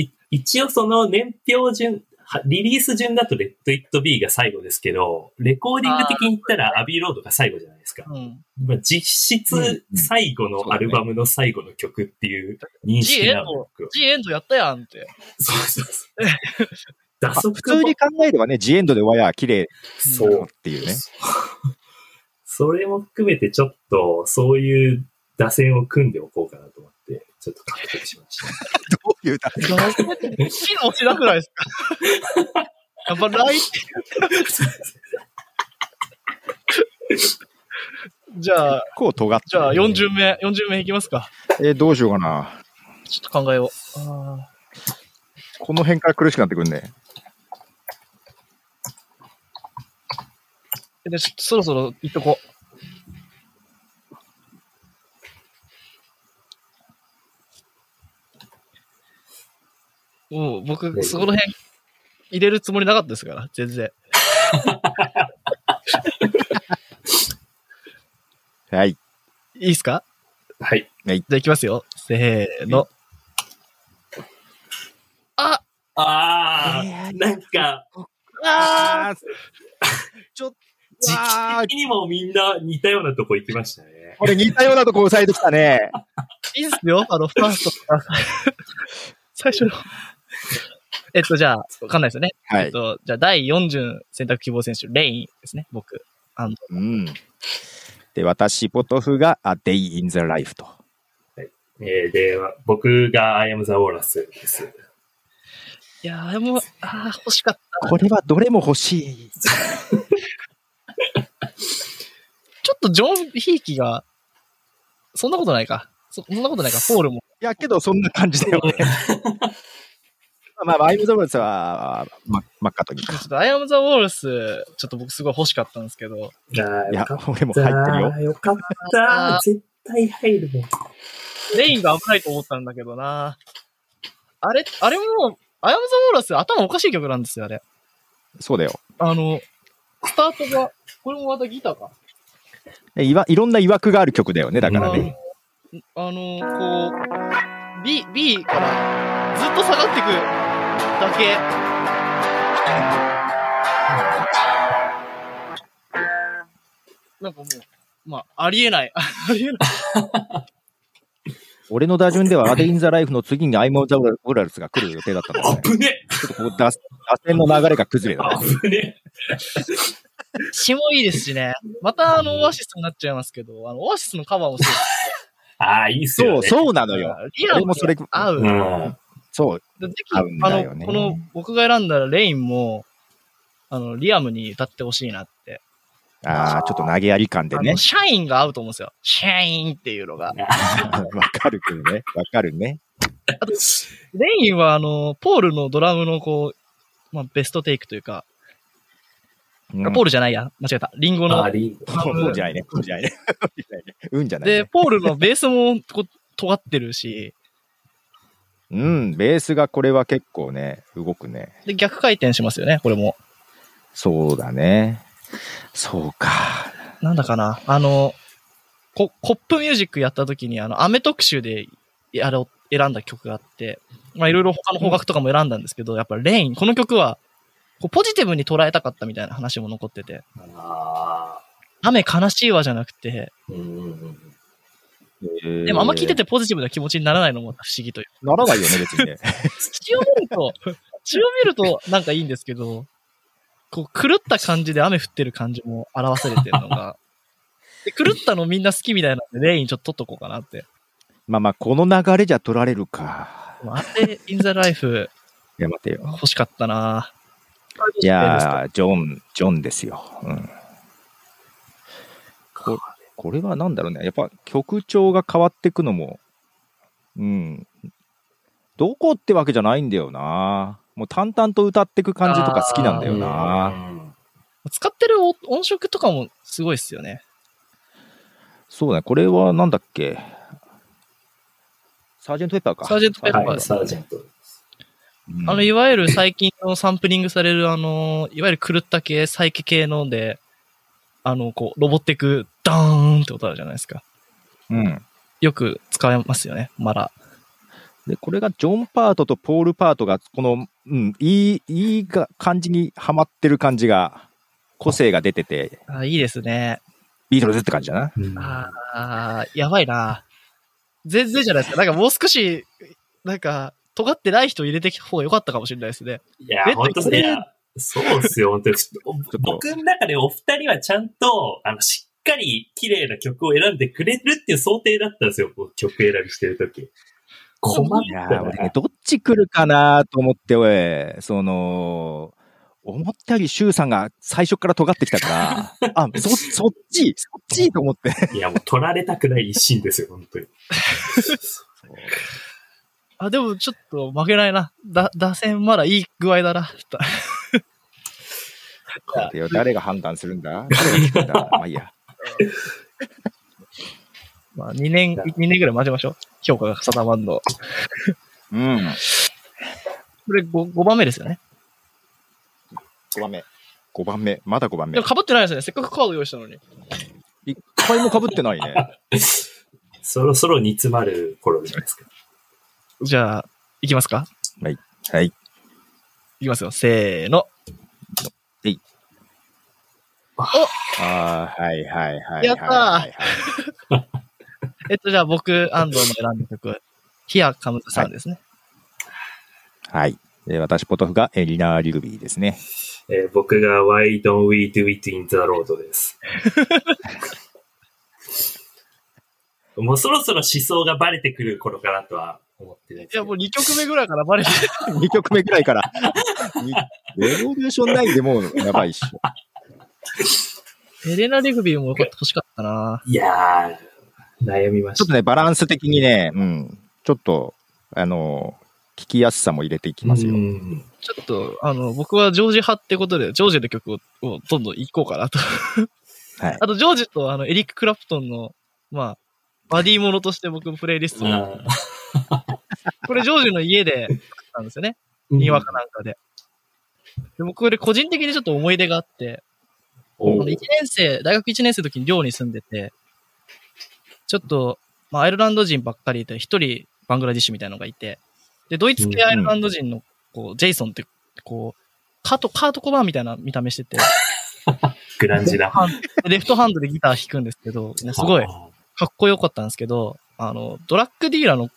い一応その年表順、はリリース順だとレッド・イット・ビーが最後ですけど、レコーディング的に言ったらアビー・ロードが最後じゃないですか。
うん。
まあ、実質最後
うん
のアルバムの最後の曲っていう認識なの、僕は
G エンドやったやんって。
そうそうそう。 打
あ
足
普通に考えればね、G エンドでワイヤー綺麗
そ
なの
う
っ。ていうね。
それも含めてちょっと、そういう打線を組んでおこうかなと思って、ちょっと獲得しました。
どういう段階
どうして死のしなくないですかやっぱ来じゃあ、
こう尖って
じ
る
ゃあ40名、40名いきますか。
えーどうしようかな。
ちょっと考えよう。あ
この辺から苦しくなってくるね。
ーで、ちょっとそろそろ行っとこう。もう僕、そこの辺、入れるつもりなかったですから、全然。
はい。
いいですか
はい。
じゃあ行きますよ。せーの。あ
ああ、なんか、
あ
あちょっ
時期的にもみんな似たようなとこ行きましたね。
これ似たようなとこ押さえてきたね。
いいっすよ。あの、ファーストとか。最初の。えっと、じゃあ、わかんないですよね。
は
えっ
い。
と、じゃあ、第40選択希望選手、レインですね、僕。
うん。で、私、ポトフが、A Day in the Life と。
えー、で、僕が I am the Walrus です。
いやー、でも、あー欲しかった。
これはどれも欲しい。
ちょっとジョン・ヒーキが、そんなことないか。そそんなことないか、ポールも。
いや、けど、そんな感じだよね。 まあ、まあ、アイム・ザ・ブルスは、ま、マッカートニー
ちょ
か。
っと、アイアム・ザ・ウォールス、ちょっと僕すごい欲しかったんですけど、
いや
いや
よかっ、
俺も
た。
入ってるよ。
よかった。絶対入るもん。
レインが危ないと思ったんだけどなあれ、あれも、アイアム・ザ・ウォールス、頭おかしい曲なんですよ、あれ。
そうだよ。
あの、スタートが、これもまたギターか。
えいわいろんな曰くがある曲だよね、だからね。
あの、こう、B、B からずっと下がっていくだけ。なんかもう、まあ、ありえない。ありえない。
俺の打順では、アデイン・ザ・ライフの次にアイム・ザ・ブラルスが来る予定だったので、ね、
危ね
ちょっとこう打打線の流れが崩れた。
危ね
詞もいいですしね。またあの、オアシスになっちゃいますけど、あの、オアシスのカバーもそうです
ああ、いいっす
そ
よ、
う、
ね。
そうなのよ。。
リア
俺もそれ
合う。
うん。
そう。
でぜひ、
合うんだよね
あの、この、僕が選んだレインも、あの、リアムに歌ってほしいなって。
ああ、ちょっと投げやり感で
あ
ね
の、。シャインが合うと思うんですよ。シャインっていうのが。
わかるけどね。わかるね。
レインは、あの、ポールのドラムの、こう、まあ、ベストテイクというか、
うん
ポールじゃないや、間違えた。リンゴ
あ
の
ー、。リンゴ
ドラム
そうじゃないね。そうじゃないね。 うんじゃない
で、
ね。
ポールのベースも、こう、尖ってるし、
うん、ベースがこれは結構ね、動くね。
で、逆回転しますよね、これも。
そうだね。そうか。
なんだかな、あの、ココップミュージックやった時に、あの、アメ特集で、あれを選んだ曲があって、まあ、いろいろ他の方角とかも選んだんですけど、やっぱレイン、この曲は、こうポジティブに捉えたかったみたいな話も残ってて、
あ
雨悲しいわじゃなくて、
ーうんうんうん。
で
でもあんま聞いててポジティブな気持ちにならないのも不思議という
ならないよね、別にね。
土を見ると、土を見るとなんかいいんですけど、こう、狂った感じで雨降ってる感じも表されてるのが、で狂ったのみんな好きみたいなんで、レインちょっと取っとこうかなって。
まあまあ、この流れじゃ取られるか。
あれ、インザライフ
いや、待てよ。
欲しかったない
やー、ジョン、ジョンですよ。うん。ここれはなんだろうね。やっぱ曲調が変わってくのも、うん。どこってわけじゃないんだよな。もう淡々と歌ってく感じとか好きなんだよな。
うん
使ってる音音色とかもすごいっすよね。
そうだね。これはなんだっけ。サージェントペッパーか。
サージェントペッパー
はい、サージェント。
うん
あの、いわゆる最近のサンプリングされる、あの、いわゆる狂った系、サイケ系ので、あの、こう、ロボテク、ダーンって音あるじゃないですか。
うん。
よく使えますよね、まだ。
で、これがジョンパートとポールパートが、この、うん、いい、いいが感じにはまってる感じが、個性が出てて、
あいいですね。
ビートルズって感じだな。
うん
ああ、やばいな。全然じゃないですか。なんかもう少し、なんか、尖ってない人入れてきた方が良かったかもしれないですね。
いや
ベッ、ド
本当
行
い
け
や、そうですよ、本当に。僕の中でお二人はちゃんと、あの、しっかり綺麗な曲を選んでくれるっていう想定だったんですよ、こう曲選びしてるとき。困っ
いや
た
ー、
な
俺ね、どっち来るかなと思って、おい、その、思ったより周さんが最初から尖ってきたから、あ、そ、そっち、そっちと思って。
いや、もう取られたくない一心ですよ、本当に。
あ、でもちょっと負けないな。だ、打線まだいい具合だな。
待てよ誰が判断するんだ誰が聞くんだまあいいや。
まあ、2年、二年ぐらい待ちましょう。評価が定まんの。
うん。
これ 5, 5番目ですよね。
5番目。5番目。まだ5番目
でも。被ってないですね。せっかくカード用意したのに。
一回も被ってないね。
そろそろ煮詰まる頃じゃないですか。
じゃあ、いきますか
はい。
いきますよ。せーの。
ああ、はいはいはいはい。
やったー
はい
えっと、じゃあ僕、安藤の選んだ曲。 ヒアカムズさんですね。
はい。はい。で、私、ポトフがエリナー・リルビーですね。
えー僕が Why don't we do it in the road です。 もうそろそろ思想がバレてくる頃かなとは思ってるんで
い
すけど
や、もう2曲目ぐらいからバレてる。
2曲目くらいから。に レボリューションないでもうやばいっしょ。
エレナ・レグビーも欲しかったない
やー、悩みま
ちょった
し。
とね、バランス的にね、うん。ちょっと、あの、聞きやすさも入れていきますよ。
うん
ちょっと、あの、僕はジョージ派ってことで、ジョージの曲ををどんどん行こうかなと。
はい。
あと、ジョージとあのエリック・クラプトンの、まあ、バディものとして僕のプレイリストを、これジョージの家で作ったんですよね。
うん
にわかなんかで。で僕、これ個人的にちょっと思い出があって、あ
お
の1年生、大学1年生の時に寮に住んでて、ちょっと、まあ、アイルランド人ばっかりいて、一人バングラディッシュみたいなのがいて、で、ドイツ系アイルランド人の、こう、ジェイソンって、こう、カート、カートコバーンみたいな見た目してて、
グランジだ。
レフトハンドでギター弾くんですけど、もうすごい、
あ
かっこよかったんですけど、あの、ドラッグディーラーの、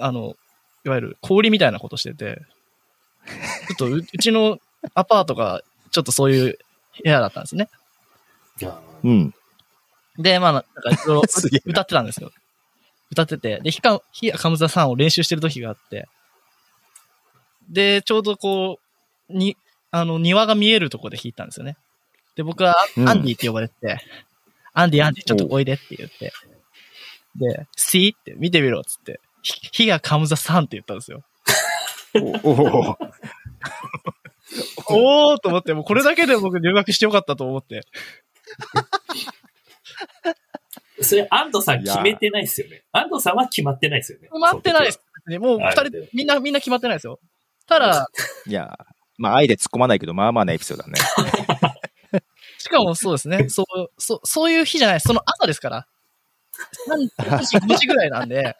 あの、いわゆる氷みたいなことしてて、ちょっとううちのアパートがちょっとそういう部屋だったんですね。
ー。あ
う
ー
ん。
で、まあ、なんかいろいろ
すげえな
歌ってたんですよ。歌ってて、で、ひか、ひやかむざさんを練習してる時があって、で、ちょうどこう、に、あの、庭が見えるとこで弾いたんですよね。で、僕はア
うん
ンアンディって呼ばれてて、アンディ、アンディ、ちょっとおいでって言って、で、see って見てみろっつって、ひ、ひやかむざさんって言ったん ですよ。
おおー
おーと思って、もうこれだけで僕留学してよかったと思って。
それ、安藤さん
いや
決めてないですよね。安藤さんは決まってないですよね。
決まってないです。ね、もう二
あ
人
る程度、
みんな、みんな決まってないですよ。ただ、
いや、まあ、愛で突っ込まないけど、まあまあなエピソードだね。
しかもそうです ね。そう、そう、そういう日じゃない。その朝ですから。3時、5時ぐらいなんで、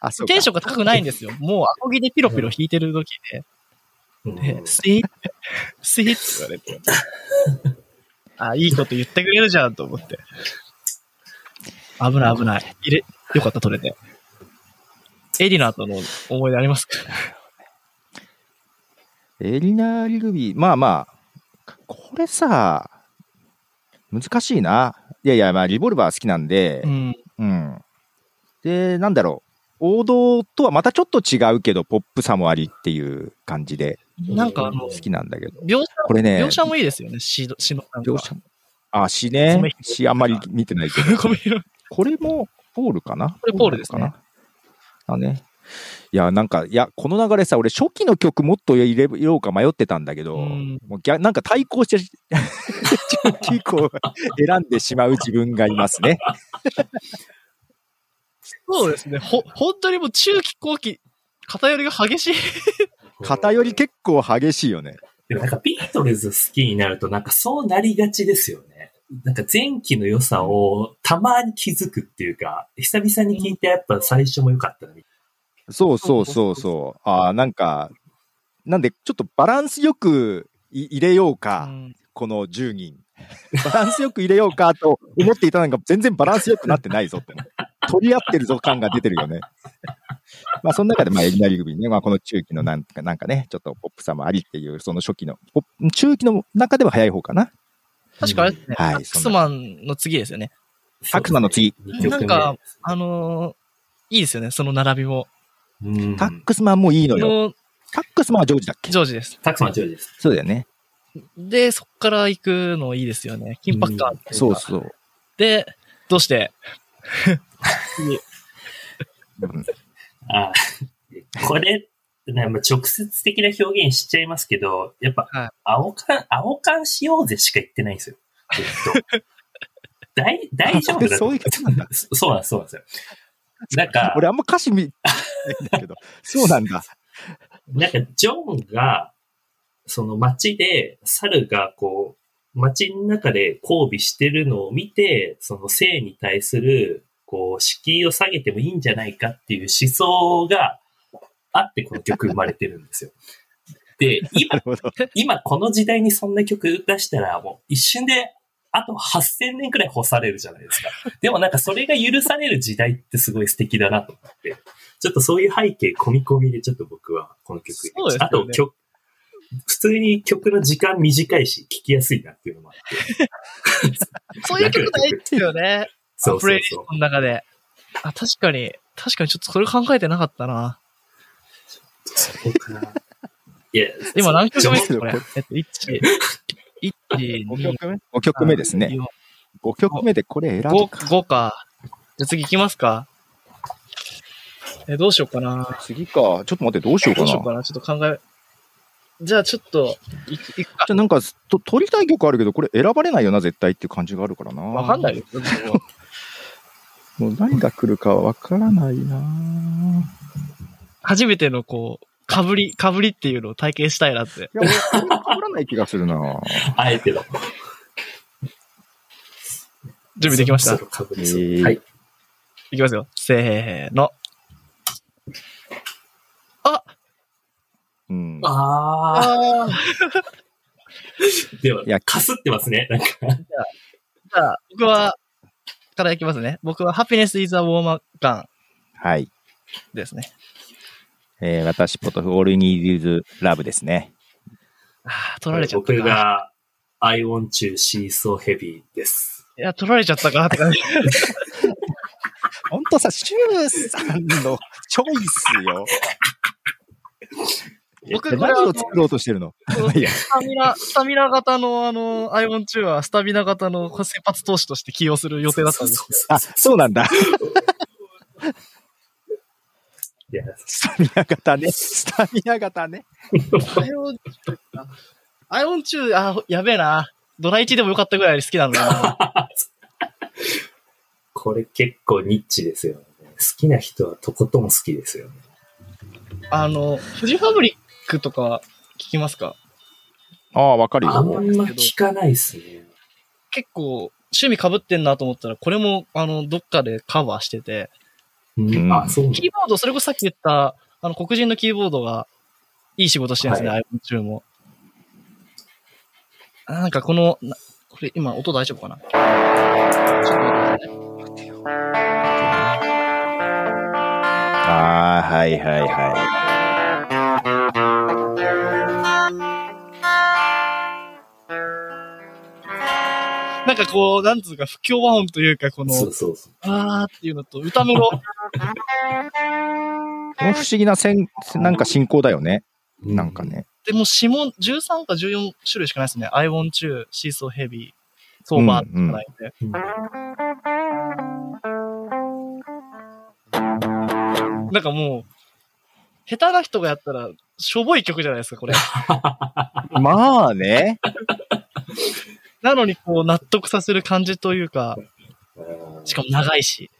あ、 そうか
テンションが高くないんですよ。もう、アコギでピロピロ弾いてる時で、
その時は。
ね スイッ、スイッって言われて。あ、いいこと言ってくれるじゃんと思って。危ない危ない。入れ、よかった取れて。エリナとの思い出ありますか
エリナー・リルビー、まあまあ、これさ、難しいな。いやいや、まあ、リボルバー好きなんで、
うん。
うん。で、なんだろう。王道とはまたちょっと違うけど、ポップさもありっていう感じで
なんかあの
好、きなんだけど。
描写、
これね
描写もいいですよね、詩の詩のなんか。
描写も。あ、詩ね。詩あんまり見てないけど。
ごめんよ
これもポールかな
これポールですね
なのかなだね。いや、なんか、いや、この流れさ、俺、初期の曲もっと入れようか迷ってたんだけど、
うん
もう逆なんか対抗して、 初期以降、選んでしまう自分がいま すね。
そうですね、ほ、本当にもう中期後期、偏りが激しい。
偏り結構激しいよね。
でもなんかビートルズ好きになるとなんかそうなりがちですよね。なんか前期の良さをたまに気づくっていうか、久々に聞いてやっぱ最初も良かったなみたい
そうそうそうそう。ああ、なんか、なんで、ちょっとバランスよくい入れようか、この10人。 バランスよく入れようかと思っていたのが、全然バランスよくなってないぞってね。 取り合ってるぞ感が出てるよね。 まあ、その中で、まあ、エリナリグビーね、まあ、この中期のなんか、なんかね、ちょっとポップさもありっていう、その初期の、ポップ中期の中では早い方かな。
確かあれですね、
うんはい
アックスマンの次ですよね。
な。
タクマの次。
二曲目
なんか、あのーいいですよね、その並びも。
うん、
タックスマンもいいのよ。
の
タックスマンはジョージだっけ
ジョージです。
タクマの次です。
そうだよね。
で、そっから行くのいいですよね。緊迫感っていか
そうそう。
で、どうして
うん
あこれ、ねまあ、直接的な表現しちゃいますけど、やっぱ、
はい
青缶、青缶しようぜしか言ってないんですよ。ずっと大大丈夫 だ
そういうことなんだ。
そそうなんです、そうなんですよ。なんか、
俺あんま歌詞見ないんだけど。そうなん だ。
なんか、ジョンが、その街で、猿がこう、街の中で交尾してるのを見て、その性に対する、こう、敷居を下げてもいいんじゃないかっていう思想があって、この曲生まれてるんですよ。で、
な
今
る、ほど。
今この時代にそんな曲出したら、もう一瞬で、あと8000年くらい干されるじゃないですか。 でもなんかそれが許される時代ってすごい素敵だなと思って。ちょっとそういう背景込み込みでちょっと僕はこの曲入れましたあ
そう
と
です
曲、普通に曲の時間短いし、聴きやすいなっていうのもあって。
そういう曲大事ですよね。
そ
プ
うそ
レイ
う
リス
そ
ト
う。
の中で。あ、確かに、確かにちょっとそれ考えてなかったな。
そこから。いや、
今何曲目で
ジョ
すかこれ。えっと、1、1、
5
2、
曲目 ?5 曲目ですね。5曲目でこれ選ぶ
5、5か。じゃあ次行きますか。え、どうしようかな。
次か。ちょっと待って、どうしようか
どうし
な。じ
ようかな。ちょっと考え、じゃあちょっと、いいくか
ゃあ。なんかと、取りたい曲あるけど、これ選ばれないよな、絶対っていう感じがあるからな。
わかんないよ。
もう何が来るかわからないな。
初めてのこう、かぶり、かぶりっていうのを体験したいなって。
いや、俺、 俺被らない気がするな。
あえての。
準備できました。
そろそろ被りそう
えー
はい。
いきますよ。せーの。あ
うん。
ああ。
あ
では、
いや
かすってますね。なんか
じゃあ、僕は、からいきますね。僕は、ハピネス・イズ・ア・ウォーマーガ
はい。
ンですね。
えー、私、ポトフ、オールニーズラブですね。
ああ、取られちゃった
僕
か。
が、I want you, she's so heavy です。
いや、取られちゃったかなって感じ。
ほんとさ、シュウさんのチョイス よ。
僕、これ
何
は
を作ろうとしてるのいや、
スタミナ、スタミナ型の、あの、アイオンチューは、スタミナ型の先発投手として起用する予定だったんですけ
す
あ、そうなんだ。
いや、
スタミナ型ね。スタミナ型ね。
ど。アイオンチューかアイオンチュー、あ、やべえな。ドラ1でもよかったぐらい好きなんだな。
これ結構ニッチですよね。好きな人はとことん好きですよね。
あの、フジファブリックとか聞きますか
ああ、わかる
あん
よ。
ま聞かないですね。
結構趣味被ってんなと思ったら、これも、あの、どっかでカバーしてて、
うん、あ、そうなんだ
キーボード、それこそさっき言った、あの、黒人のキーボードが、いい仕事してるんですね、
は
iPhone 中も。あなんかこの、なこれ今音大丈夫かなちょっと待ってね
ああ、はいはいは
なんかこう、なんつうか、不協和音というか、この、
そうそうそう。
あーっていうのと、歌メ ロ。
この不思議なせん、なんか進行だよね。なんかね。
でも指紋、13か14種類しかないですね。I want you, she's so heavy, so bad しかないんで。
うん。
なんかもう、下手な人がやったら、しょぼい曲じゃないですか、 これ。
まあね。
なのに、こう、納得させる感じというか、しかも長いし。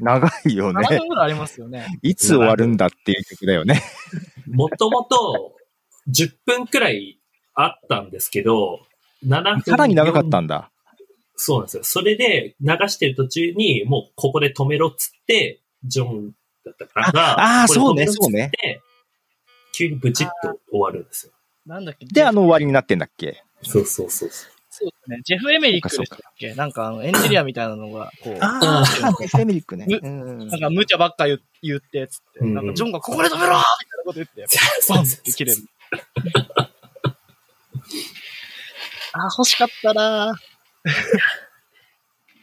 長いよ
7
ね。
分ぐらいありますよ ね。
いつ終わるんだっていう曲だよね。
もともと、10分くらいあったんですけど、7分。
さらに長かったんだ。
そうなんですよ。それで流してる途中に、もうここで止めろっつって、ジョンだったかな
ああー
ここで
そうね
止めろっつって急にブチッと終わるんですよ。
なんだっけ
で、あ、の終わりになってんだっけ
そうそうそう そう。
そうですね。ジェフ・エメリックでしたっけなんか、あの、エンジニアみたいなのが、こう、な
ああ、フェミリックね
む
うん
んか、無茶ばっか言言って、つって、
うん
なんか、ジョンが、ここで止めろーみたいなこと言って、バンって切れる。 あー、欲しかったなー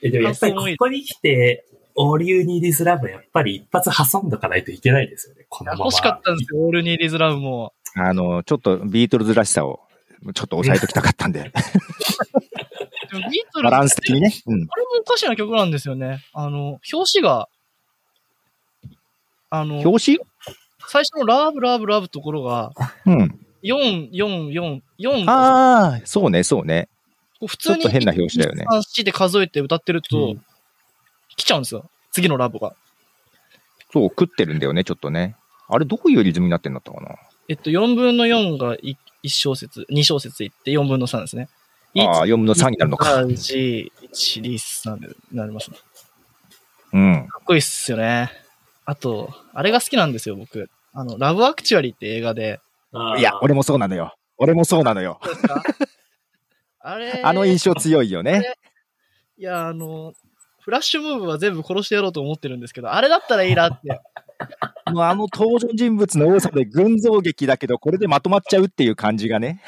えでもやっぱりここに来て、オーリューニーディズラブはやっぱり一発挟んどかないといけないですよね。このまま。
欲しかったんですよ、オールニーリズラブも。
あの、ちょっとビートルズらしさを、ちょっと抑えときたかった んで、
でもビートルズ
バランス的にね。うん。
あれもおかしな曲なんですよね。あの、表紙が、あの、
表紙
最初のラブラブラブところが、
うん。
4、4、4、4、
ああ、そうね、そうね。
こう普
ちょ
通
っ
に
と変な表紙だよね。
3、4で数えて歌ってると、
うん
来ちゃうんですよ。次のラブが。
そう、食ってるんだよね、ちょっとね。あれ、どういうリズムになってんだったかな。
えっと、4分の4が 1, 小節、2小節いって4分の3ですね。
ああ、4分の3になるのか。
1、2、3、1、2、3でなりますね。
うん。
かっこいいっすよね。あと、あれが好きなんですよ、僕。あの、ラブアクチュアリーって映画 で。
あー
いや、俺もそうなのよ。俺もそうなのよ。
どうですかあれ
あの印象強いよね。
いや、あの、フラッシュムーブは全部殺してやろうと思ってるんですけど、あれだったらいいなって。
もうあの登場人物の多さで群像劇だけど、これでまとまっちゃうっていう感じがね。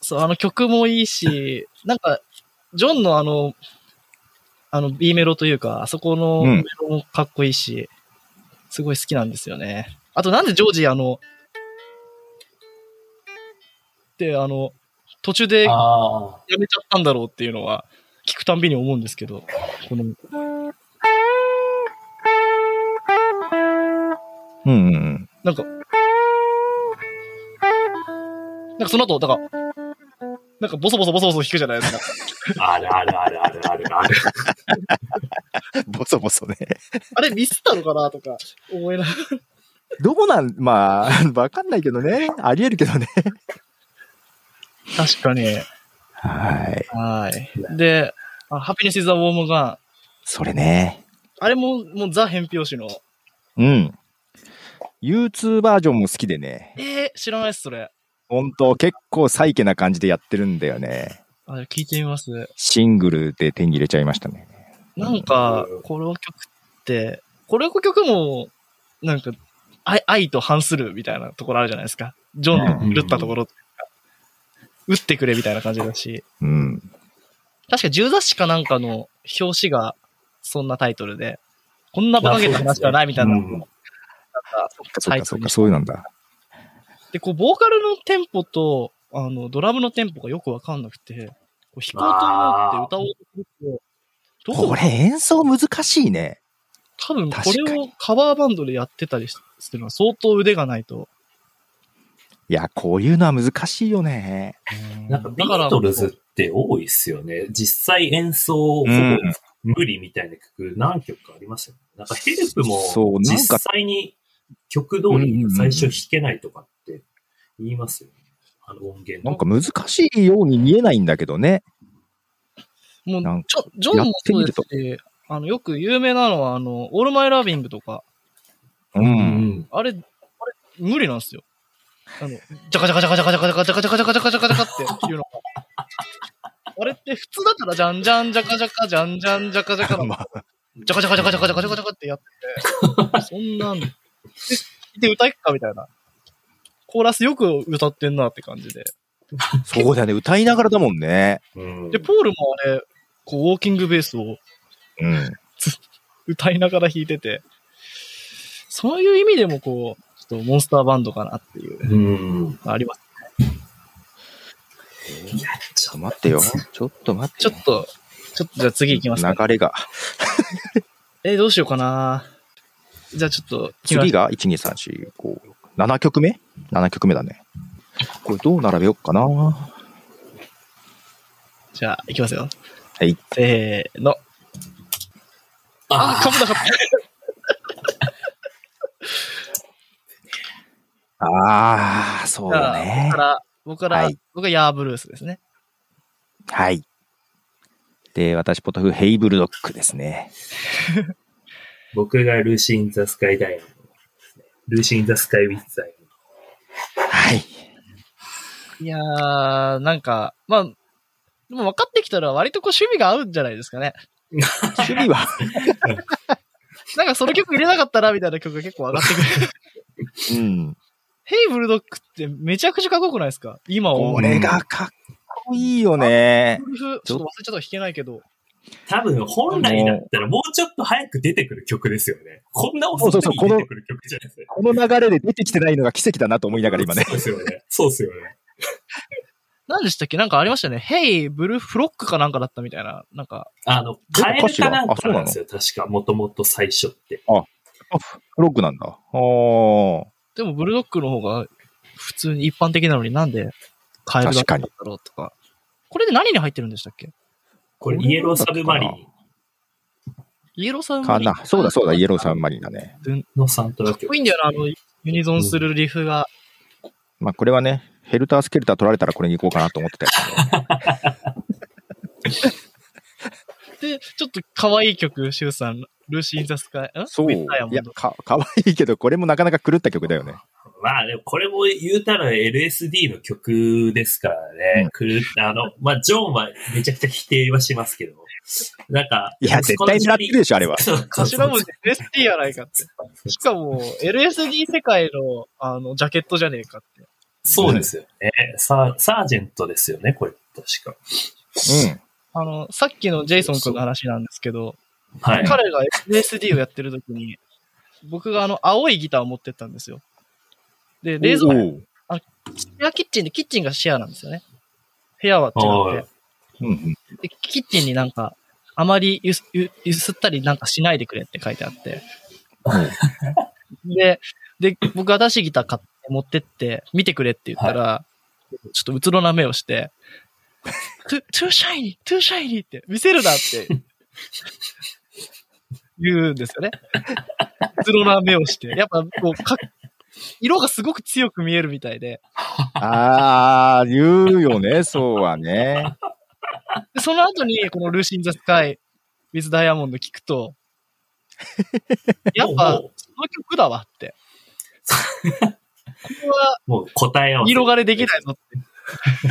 そう、あの曲もいいし、なんか、ジョンのあの、あの B メロというか、あそこの
うん
メロもかっこいいし、すごい好きなんですよね。あとなんでジョージ、あの、で、あの、途中でや
あー。
めちゃったんだろうっていうのは、聞くたんびに思うんですけど、この、
うんうんうん。
なんか、なんかその後、だから、なんかボソボソボソボソ弾くじゃないですか。
あるあるあるあるある ある。
ボソボソね。
あれミスったのかなとか、思いながら。
どうなん、まあ、 わかんないけどね。ありえるけどね。
確かに。
はい。
はい。で、あハピネス・イズ・ア・ウォームが、
それね。
あれも、もうザ・変拍子の。
うん。U2 バージョンも好きでね。
えー、知らないっす、それ。
本当結構サイケな感じでやってるんだよね。
あ聞いてみます。
シングルで手に入れちゃいましたね。
なんか、この曲って、この曲も、なんか、愛愛と反するみたいなところあるじゃないですか。ジョンの狂ったところ。打ってくれみたいな感じだし。
うん。
確か銃雑誌かなんかの表紙が、そんなタイトルで、こんな馬鹿げた話はないみたいな。
うん
なんか
そっかそっか、そういうなんだ。
で、こう、ボーカルのテンポと、あの、ドラムのテンポがよくわかんなくて、こう弾こうと思って歌おうとすると、どこ
これ演奏難しいね。
多分こ
確か
れをカバーバンドでやってたりするのは相当腕がないと。
いや、こういうのは難しいよね。
なんかビートルズって多いっすよね。実際演奏ほぼ
うん
無理みたいな曲何曲かありますよね。なんかヘルプも
そうなんか
実際に曲通りに最初弾けないとかって言いますよね。あの音源
なんか難しいように見えないんだけどね。
もう
なん、
ちょジョンもそうです
やっ
し、あの、よく有名なのは、あの、オールマイラビングとか、
う。
うんん。
あれ、あれ、無理なんですよ。あの、ジャカジャカジャカジャカジャカジャカジャカジャカジャカジャカジャカっていうのが。あれって普通だったら、じゃんじゃん、じゃかじゃか、じゃんじゃん、じゃかじゃかの
まあ
ジャカジャカジャカジャカジャカジャカジャカってやってて、そんなんで、で歌いっかみたいな。コーラスよく歌ってんなって感じで。
そうだよね。歌いながらだもんね。
うん
で、ポールもあれ、こう、ウォーキングベースを
うん。
歌いながら弾いてて、そういう意味でもこう、ちょっとモンスターバンドかなっていう、
うん。
あります。
いや、ちょっと
待ってよ。 ちょっと待って
ちょ
よ。
っと、ちょっとじゃあ次行きますか。
流れが。
え、どうしようかなじゃあちょっと、
次が、1、2、3、4、5、7曲目 ?7 曲目だね。これどう並べようかなは
じゃあ行きますよ。
い。
せーの。あ、
あ
かぶなかった。
ああ、そうだね
僕か。ら、僕から、
はい
僕はヤーブルースですね。
はい。で、私、ポトフ、ヘイブルドックですね。
僕がルーシー・イン・ザ・スカイ・ダイヤモンドですねルーシー・イン・ザ・スカイ・ウィッツ・ダイヤモンド
はい。
いやー、なんか、まあ、でも分かってきたら割とこう趣味が合うんじゃないですかね。
趣味は、
なんかその曲入れなかったらみたいな曲が結構上が ってくる。
うん。
ヘイブルドックってめちゃくちゃかっこよくないですか今思
こ
う。
れがかっこいいよね。
ウルフちょっと忘れちゃったから弾けないけど。
多分、本来だったらもうちょっと早く出てくる曲ですよね。こんな遅く
そうそう
に
この
出てくる曲じゃないですか。
この流れで出てきてないのが奇跡だなと思いながら今ね。
そうですよね。そうですよね。
何でしたっけなんかありましたよね。ヘイブルフロックかなんかだったみたいな。なんか、
あの、
でも
カエ
歌
ル
詞は
かなん
あそ
か
うな
な
の
んですよ。確か、もともと最初って。
あ、ロックなんだ。あー
でもブルドックの方が普通に一般的なのになんでカエルだったんだろうとか。これで何に入ってるんでしたっけ
これ、イエロー・サブマリン
イエローサウン
かな。そうだそうだ、イエローサ
ン。
ンマリンだね。
のサント
か
ラ
っこ
曲
いい。んだよな、あの、ユニゾンするリフが。
まあこれはね、ヘルタースケルター取られたらこれに行こうかなと思ってたやつだね
で、ちょっと可愛い曲、シュウさん、ルーシー・イン・ザ・スカイ、ん
そう。
ウ
い
ィズダイヤモンド
や、か、かわいいけど、これもなかなか狂った曲だよね。
まあでもこれも言うたら LSD の曲ですからね。くるあの、まあジョンはめちゃくちゃ否定はしますけど。なんか、
いや、絶対狙ってるでしょ、あれは。
そうそうそう
頭文字 LSD やないかって。しかも、LSD 世界の、あの、ジャケットじゃねえかって。
そうですよね。サーサージェントですよね、これ。確か。
あの、さっきのジェイソン君の話なんですけど、
はい。
彼が LSD をやってる時に、僕があの、青いギターを持ってったんですよ。で、
うん。
冷蔵庫、
おう
シェアキッチンで、キッチンがシェアなんですよね。部屋は違って。
うんうん。
で、キッチンになんか、あまりゆすゆゆすったりなんかしないでくれって書いてあって。で、で、僕新しいギター買って持ってって、見てくれって言ったら、ちょっとうつろな目をして、トゥ、トゥーシャイニー、トゥーシャイニーって、見せるなって、言うんですよね。うつろな目をして。やっぱ、こう、か、色がすごく強く見えるみたいで、
ああ、言うよね、 そうはね。
で、その後に、このルーシン・ザ・スカイ、ウィズ・ダイヤモンド聞くと、やっぱ、
も
その曲だわって。これは
う、もう答え合わせ。
色がれできないぞって。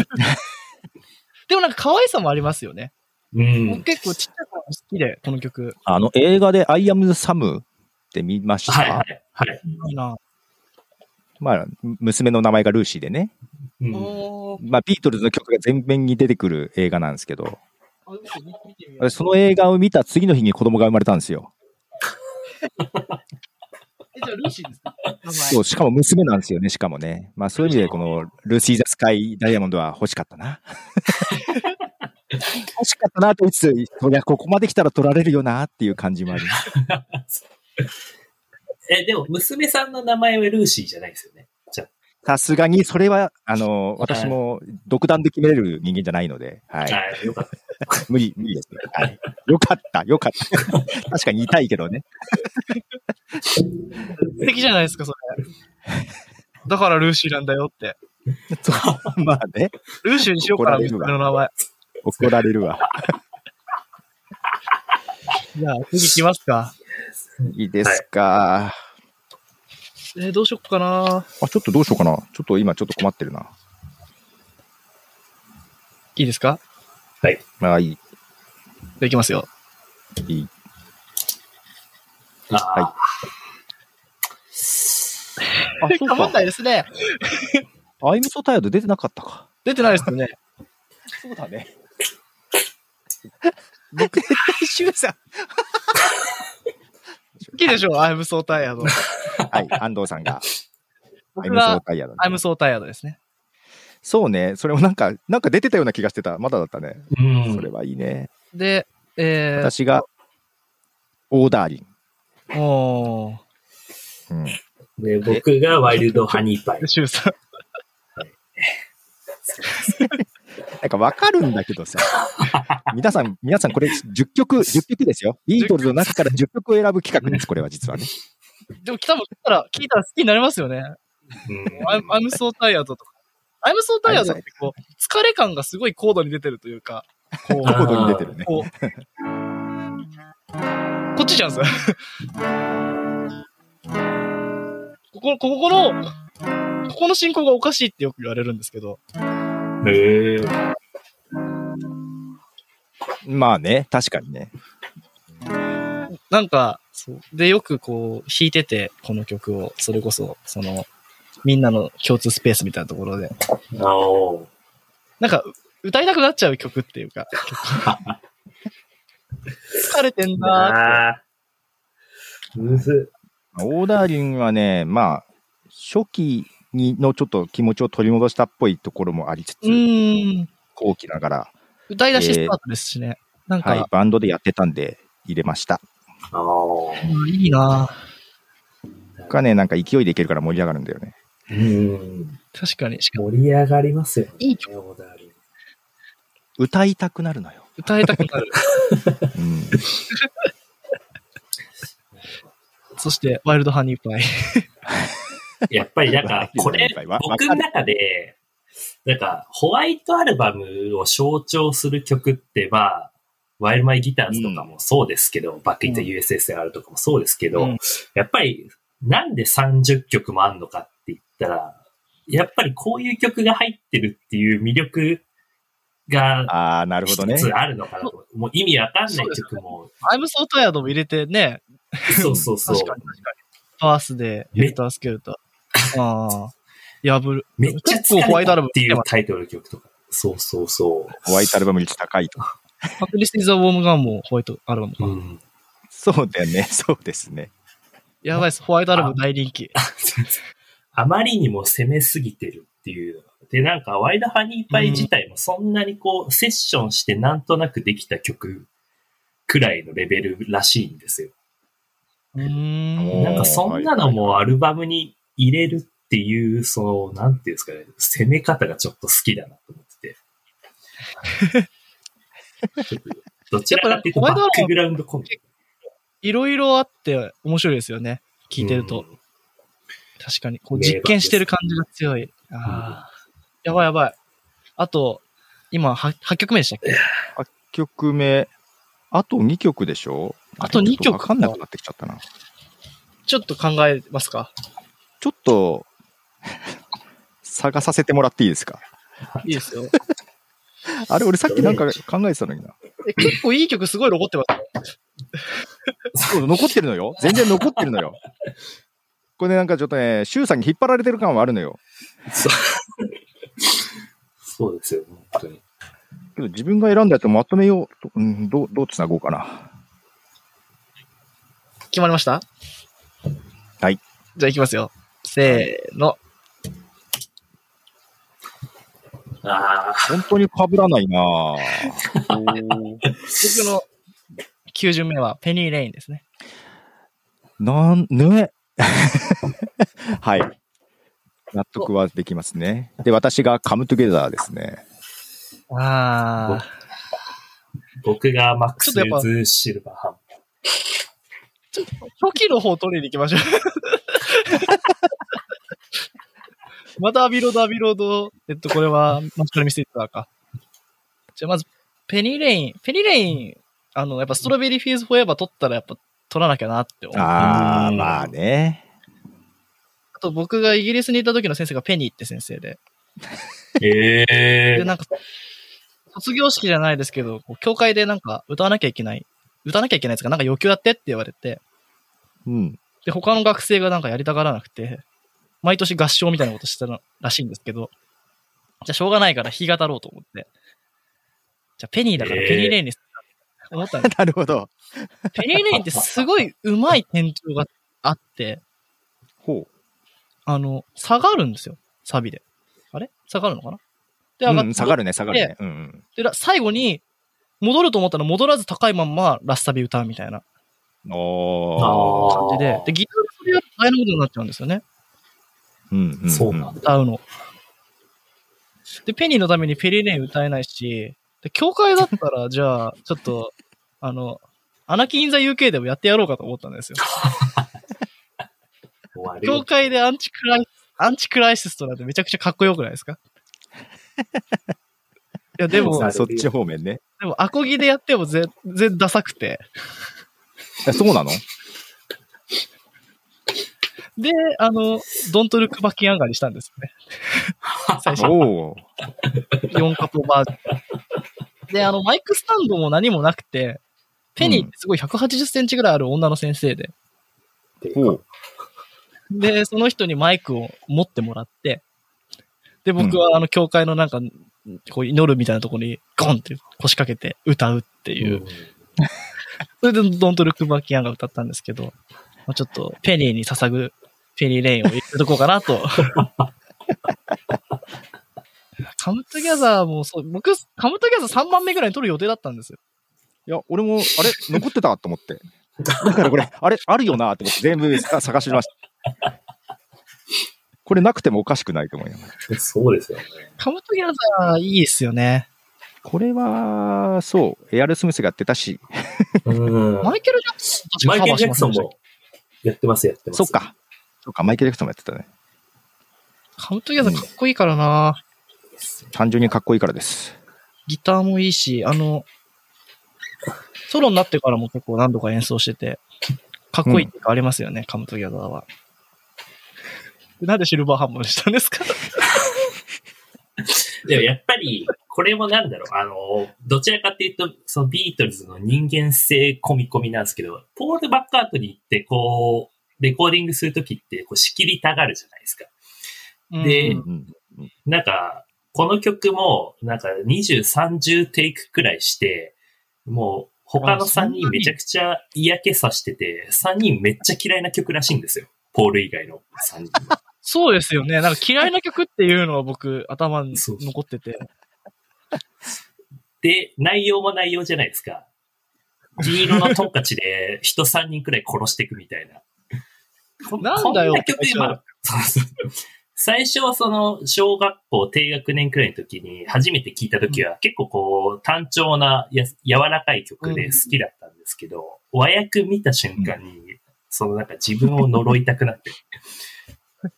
でもなんか可愛さもありますよね。
う
僕
ん。
結構ちっちゃい頃好きで、この曲。
あの、映画で I am the Sam って見ました、
はいはい。はい。
いいな。
まあ、娘の名前がルーシーでね。
うん
おー
まあ、ビートルズの曲が全面に出てくる映画なんですけど、
あちょっと見てみよう
私その映画を見た次の日に子供が生まれたんですよ。
えじゃあルーシーですか名前
そう、しかも娘なんですよね、しかもね。まあ、そういう意味で、この、ルーシー・ザ・スカイ・ダイヤモンドは欲しかった な。欲しかったなと言いつつ、そりゃここまで来たら取られるよなっていう感じもあります。
え、でも、娘さんの名前はルーシーじゃないですよね。じゃあ
さすがに、それは、あの、私も独断で決めれる人間じゃないので、はい。
はい。よかった。
無理、無理ですね。はい。よかった、よかった。確かに痛いけどね。
素敵じゃないですか、それ。だからルーシーなんだよって。
そうまあね、
ルーシーにしようかな、
怒られ
僕
るわ
の名前。
怒られるわ。
じゃあ、次行きますか。
いいですか。
えーどうしよっかな。
あ、ちょっとどうしようかな。ちょっと今ちょっと困ってるな。
いいですか
まあいい。
じゃあ行きますよ。
いい。
あ
あ、そう
かぶん
か。
ないですね。
アイムソタイヤド出てなかったか。
出てないですよね。
そうだね。僕絶対シュウさ
好きでしょ ?I'm so tired.
ん。はい、安藤さんが。アイ
僕
ムソー
が
タイヤだね
I'm so tired ですね。
そうね、それもなんか、なんか出てたような気がしてた。まだだったね。
う
それ
ん。
はいいね。
で、え
私が、オーダーリン。
ー、お
うん
で、僕がワイルドハニーパイ
ー、。シュウさん。
なんかわかるんだけどさ。皆さん、皆さんこれ10曲、10曲ですよ。ビートルズの中から10曲を選ぶ企画です、これは実はね。
でも、多分聞いたら、聞いたら好きになりますよね。
うん。
I'm, I'm so tired とか。I'm so tired ってこう、疲れ感がすごい高度に出てるというか、こ
コ
う、
あ
ードに出てるね。
こう。こっちじゃんすここ、ここの、ここの進行がおかしいってよく言われるんですけど、
へえ。
まあね、確かにね。
なんか、そうで、よくこう、弾いてて、この曲を、それこそ、その、みんなの共通スペースみたいなところで、
あお
なんか、歌いたくなっちゃう曲っていうか、疲れてんな
ああ。むず
オーダーリンはね、まあ、初期にのちょっと気持ちを取り戻したっぽいところもありつつ
ー、うーん。
後期ながら、
歌い出しスタートですしね。なん
はい
か、、
バンドでやってたんで入れました。
あお
うんいいな
がね、なんか勢いでいけるから盛り上がるんだよね。
うん。
確かに。しかも、
盛り上がりますよね。
いい
オーダーリン
歌いたくなるのよ。
歌いたくなる。
うん。
そして、ワイルドハニーパイ。
やっぱりなん か、これ、僕の中で、なんか、ホワイトアルバムを象徴する曲って、まあ、ワイルマイギターズとかもそうですけど、バックインタ USSR とかもそうですけど、
うん
やっぱり、なんで30曲もあんのかって言ったら、やっぱりこういう曲が入ってるっていう魅力が、
ああ、なるほ
一
どね。
つあるのかなと。もう意味わかんない曲も、
I'm so tired も入れてね、
そうそうそう
確かに確かに。バースで、
め
ヘルタースケルター。ああ。やぶる。
めっちゃ疲
結構ホワ
れ
イトアル
たっ
バム
ていうタイトル曲とか。そうそうそ
ホワイトアルバム率高いと。
パクリス・イザ・ウォーム・ガンもホワイトアルバム
う。
か。
うん。
そうだよね、そうですね。
やばいです。ホワイトアルバム大人気。
あまりにも攻めすぎてるっていう。で、なんか、ワイドハニーパイ自体もそんなにこう、セッションしてなんとなくできた曲くらいのレベルらしいんですよ。
うーん。
おー
なんか、そんなのもアルバムに入れるっていう、その、なんていうんですかね、攻め方がちょっと好きだなと思って て。ちょっとどちらかっていうと、バックグラウンドコンビ。
いろいろあって面白いですよね。聞いてると。
うん
確かに。こう
名盤です
実験してる感じが強い。ああ。やばいやばい。あと、今、は8曲目でしたっけ
8曲目、あと2曲でしょ
あと二曲
ちょっわかんなくなってきちゃったな。
ちょっと考えますか
ちょっと、 探させてもらっていいですか
いいですよ。
あれ、俺さっきなんか考えてたのにな。
え結構いい曲すごい残ってます。
そう、残ってるのよ。全然残ってるのよ。これね、なんかちょっとね、シュウさんに引っ張られてる感はあるのよ。
そうそうですよ、本当に。
けど自分が選んだやつをまとめようと、うん、どう、どうつなごうかな。
決まりました
はい。
じゃあいきますよ。せーの。
ああ。
本当に被らないなぁおー
僕の9巡目はペニー・レインですね。
なん、ね。 はい。納得はできますね。で、私がカムトゥゲザーですね。
ああ。
僕がマックス・
ちょっとやっぱ
ズ・シルバーハン。
初期の方取りに行きましょう。またアビロード、アビロード。えっと、これは、マスカルミステイターか。じゃあ、まず、ペニーレイン。ペニーレイン、あの、やっぱストロベリーフィーズフォーエバー取ったら、やっぱ取らなきゃなって思う。あ
あ
う
ー、
ん
まあね。
と、僕がイギリスにいた時の先生がペニーって先生で。
ええ
で、なんか、卒業式じゃないですけど、こう教会でなんか、歌わなきゃいけない。歌わなきゃいけないですかなんか余興やってって言われて。
うん。
で、他の学生がなんかやりたがらなくて、毎年合唱みたいなことしてたらしいんですけど、じゃあしょうがないから弾き語ろうと思って。じゃあペニーだから
えー
ペニーレインに、思ったんで
なるほど。
す。ペニー・レインってすごい上手い転調があって、
ほ
あの、下がるんですよ。サビで。あれ下がるのかなで、
う。
上がっ
う
て、
ん、下がるね、下がるね。うんうん。
でら最後に、戻ると思ったら戻らず高いまんまラスサビ歌うみたいな
おー。
感じで、で、ギターがそれやると大変なことになっちゃうんですよね。
うんんん
そうなんだ。
歌うの。で、ペニーのためにペリーレイン歌えないし、で、教会だったら、じゃあ、ちょっと、あの、アナキン・ザ・ UK でもやってやろうかと思ったんですよ。
終わる
教会でアンチクライ、アンチクライシスとなんてめちゃくちゃかっこよくないですかいや、でも
さ、あそっち方面ね。
でも、アコギでやっても全然ダサくて。
えそうなの
で、あの、ドントルックバッキンアンガーにしたんですよね。 最初、
おお。
4カポバージョン。で、あの、マイクスタンドも何もなくて、ペニーってすごい180センチぐらいある女の先生で、
っていうか
ほう。
で、その人にマイクを持ってもらって、で、僕はあの、教会のなんか、こう祈るみたいなところに、ゴンって腰掛けて歌うっていう、それでドントルックバッキンアンガー歌ったんですけど、まあちょっと、ペニーに捧ぐ、ペニーレインを入れとこうかな と。カムトゥギャザーもそう、僕、カムトゥギャザー3番目ぐらいに撮る予定だったんですよ。
いや、俺も、あれ、残ってたと思って。だからこれ、あれ、あるよなって思って、全部あ探しました。これなくてもおかしくないと思いながら。
うんそうですよね。
カムトゥギャザーいいですよね。
これは、そう、エアル・スミスがやってたし、
うん
マイケル・ジャクソン
マ
確かカ
イケ
バ
ル・
ー
ジ
し
ャ
ま
ク
せ
ソ
ん
ン
でしたっ
もやってます、やってます。
そっ。か、そっか、マイケル・ジャクソンもやってたね。
けカムトゥギャザーかっこいいからな、
単純にかっこいいからです。
ギターもいいし、あの、ソロになってからも結構何度か演奏してて、かっこいいっていうかありますよね、カムトギャザーは。でなんでシルバーハンモンしたんですか
でもやっぱり、これもなんだろう、あの、どちらかっていうと、そのビートルズの人間性込み込みなんですけど、ポール・バッカートに行って、こう、レコーディングするときって、こう、仕切りたがるじゃないですか。で
う
うんん、
なんか、この曲も、なんか20、30テイクくらいして、もう、他の
あそん
3
なに
人めちゃくちゃ嫌気さしてて、3人めっちゃ嫌いな曲らしいんですよ。ポール以外の3人 は。
そうですよね。なんか嫌いな曲っていうのは僕頭に
そう
残ってて。
で、内容も内容じゃないですか。銀色のトンカチで人3人くらい殺していくみたいな。こ
なんだよ
こんな曲今、 そうそう最初はその小学校低学年くらいの時に初めて聞いた時は結構こう単調なや柔らかい曲で好きだったんですけど、和訳見た瞬間にそのなんか自分を呪いたくなって。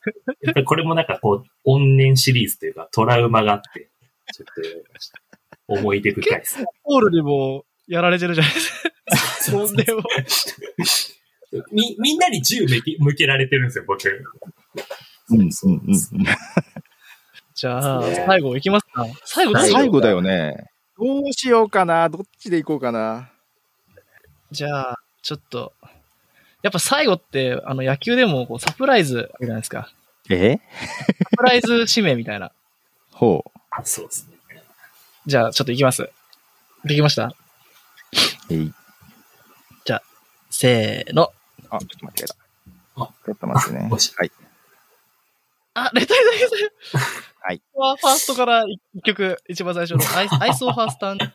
やっぱりこれもなんかこう怨念シリーズというかトラウマがあって、ちょっと思い出深いです。
ホールでもやられてるじゃないですか。そんでも。
み、みんなに銃向け向けられてるんですよ、僕。
うん、うん、うん。
じゃあ、最後いきますか。最後、
最後だよね。どうしようかな、どっちでいこうかな。
じゃあ、ちょっと。やっぱ最後って、あの野球でもこうサプライズあるじゃないですか。
え
サプライズ指名みたいな。
ほう。
そうですね。
じゃあ、ちょっと行きます。できました
えい
せーの。
あ、ちょっと間違えた
あ。
ちょっと待ってね。
もし
はい。
あ、レタイだけさん。
はい。
ファーストから一曲、一番最初のアイ ス、アイスオファースタンド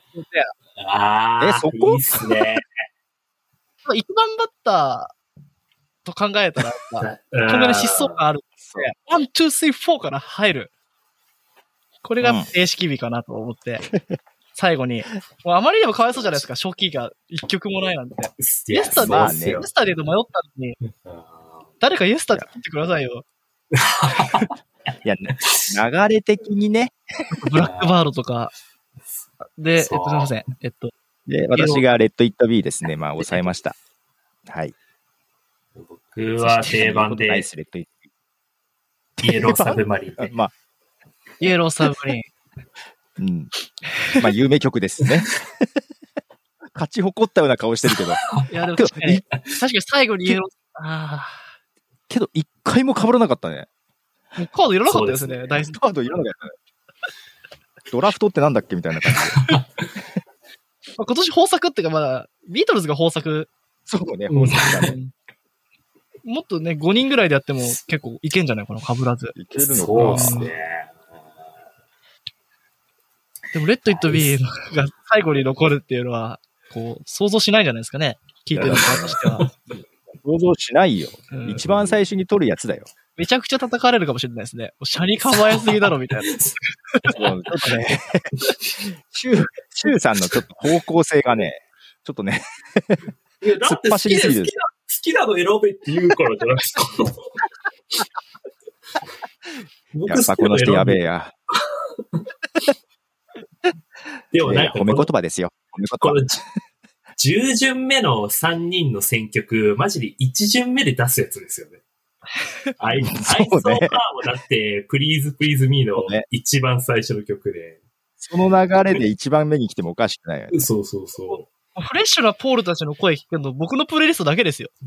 あー
えそこ
いいっすね。
一番バッターと考えた ら、まあ
こ
このぐらい疾走感あるので、ワン、ツー、スリー、フォーから入る。これ
うん
が定式日かなと思って、最後に、もうあまりにもかわいそうじゃないですか、初期が一曲もないなんて。イエスタデ
ま
ー
あね
イエスタデーと迷ったのに、誰かイエスタデー取ってくださいよ。
いや、流れ的にね。
ブラックバードとか。で、えっと、す
そう
みません。えっと、
で、私がレッド・イット・ビーですね。まあ、抑えました。はい。
僕は定番
ナ
で
イ、スレッド・イッ
イエローサブマリン
ト。
で。
まあ、
イエローサブ リン。
うん。まあ、有名曲ですね。 勝ち誇ったような顔してるけど。
いや、でも
けど
確かに、確かに最後にイエロー、あ
けど、一回も被らなかったね。
あ、もうカードいらなかったですね、
そうですね
ダイスの。
カードいらなかったね。ドラフトってなんだっけみたいな感じ
まあ今年豊作っていうかまだ、ビートルズが豊作。
そうね、
うん
本当だね。
もっとね、5人ぐらいでやっても結構いけんじゃないかな、被らず。
いけるのか。
そうですね。
でも、レッド・イット・ビーが最後に残るっていうのは、こう、想像しないんじゃないですかね。聞いてる側として は。
想像しないよ。
うん
一番最初に取るやつだよ。
めちゃくちゃ叩かれるかもしれないですね。シャリ構えすぎだろ、みたいな。
そうちょっとね、 シュウ、シュウさんのちょっと方向性がね、ちょっとね、
いやだって
突っ
好
走
き
り
です好
ぎ
きな
る
好きなの選べって言うからじゃないですか。僕
やっぱこの人やべえや。
でもなんか
褒
こ
め言
の、
葉ですよ。褒め
こ
言葉。
の10巡目の3人の選曲、マジで1巡目で出すやつですよね。アイ
そうね
アイスオーカーもだって、プリーズプリーズミーの
そうね
一番最初の曲で。
その流れで一番目に来てもおかしくないよね。
そうそうそ
フレッシュなポールたちの声聞くの、僕のプレイリストだけですよ。
う。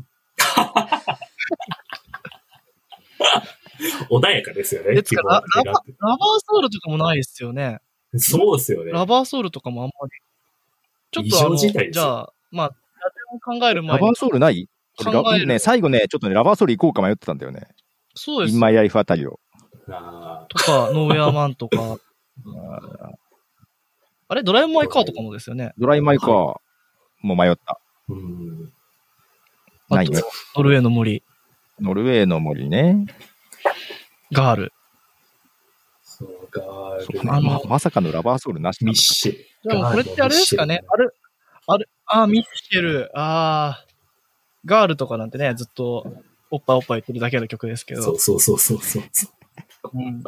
穏やかですよね。
ですから
基本的な
ラバーソウルとかもないですよね。
そうですよね。
ラバーソウルとかもあんまり。ちょっとあの、
異常事態です
じ
よ
ゃあ、まあ、ラテンを考える
ラ
前
バ
に
ー。ソウルないこれラ
考える
ね、最後ね、ちょっとね、ラバーソウル行こうか迷ってたんだよね。
そうで
イ
す
ン。マイライフあたりを。
あ
とか、ノーウェアマンと か。あれドラえもんマイカーとかもですよね。
ドライマイカーも迷った。
ーうん
ない
あ
ね
と。ノルウェーの森、
ノルウェーの森ね。
ガール。
そうか
そう
ね
ま
あの
ままさかのラバーソウルなしなん
ミッ
だ
シェ。
でもこれってあれですかね
ガールのミッシェル
あれ、あれ、あー、ミッシェル、あー、ガールとかなんてね、ずっと、おっぱいおっぱい言ってるだけの曲ですけ
そ
ど
う、そうそうそうそう。
うん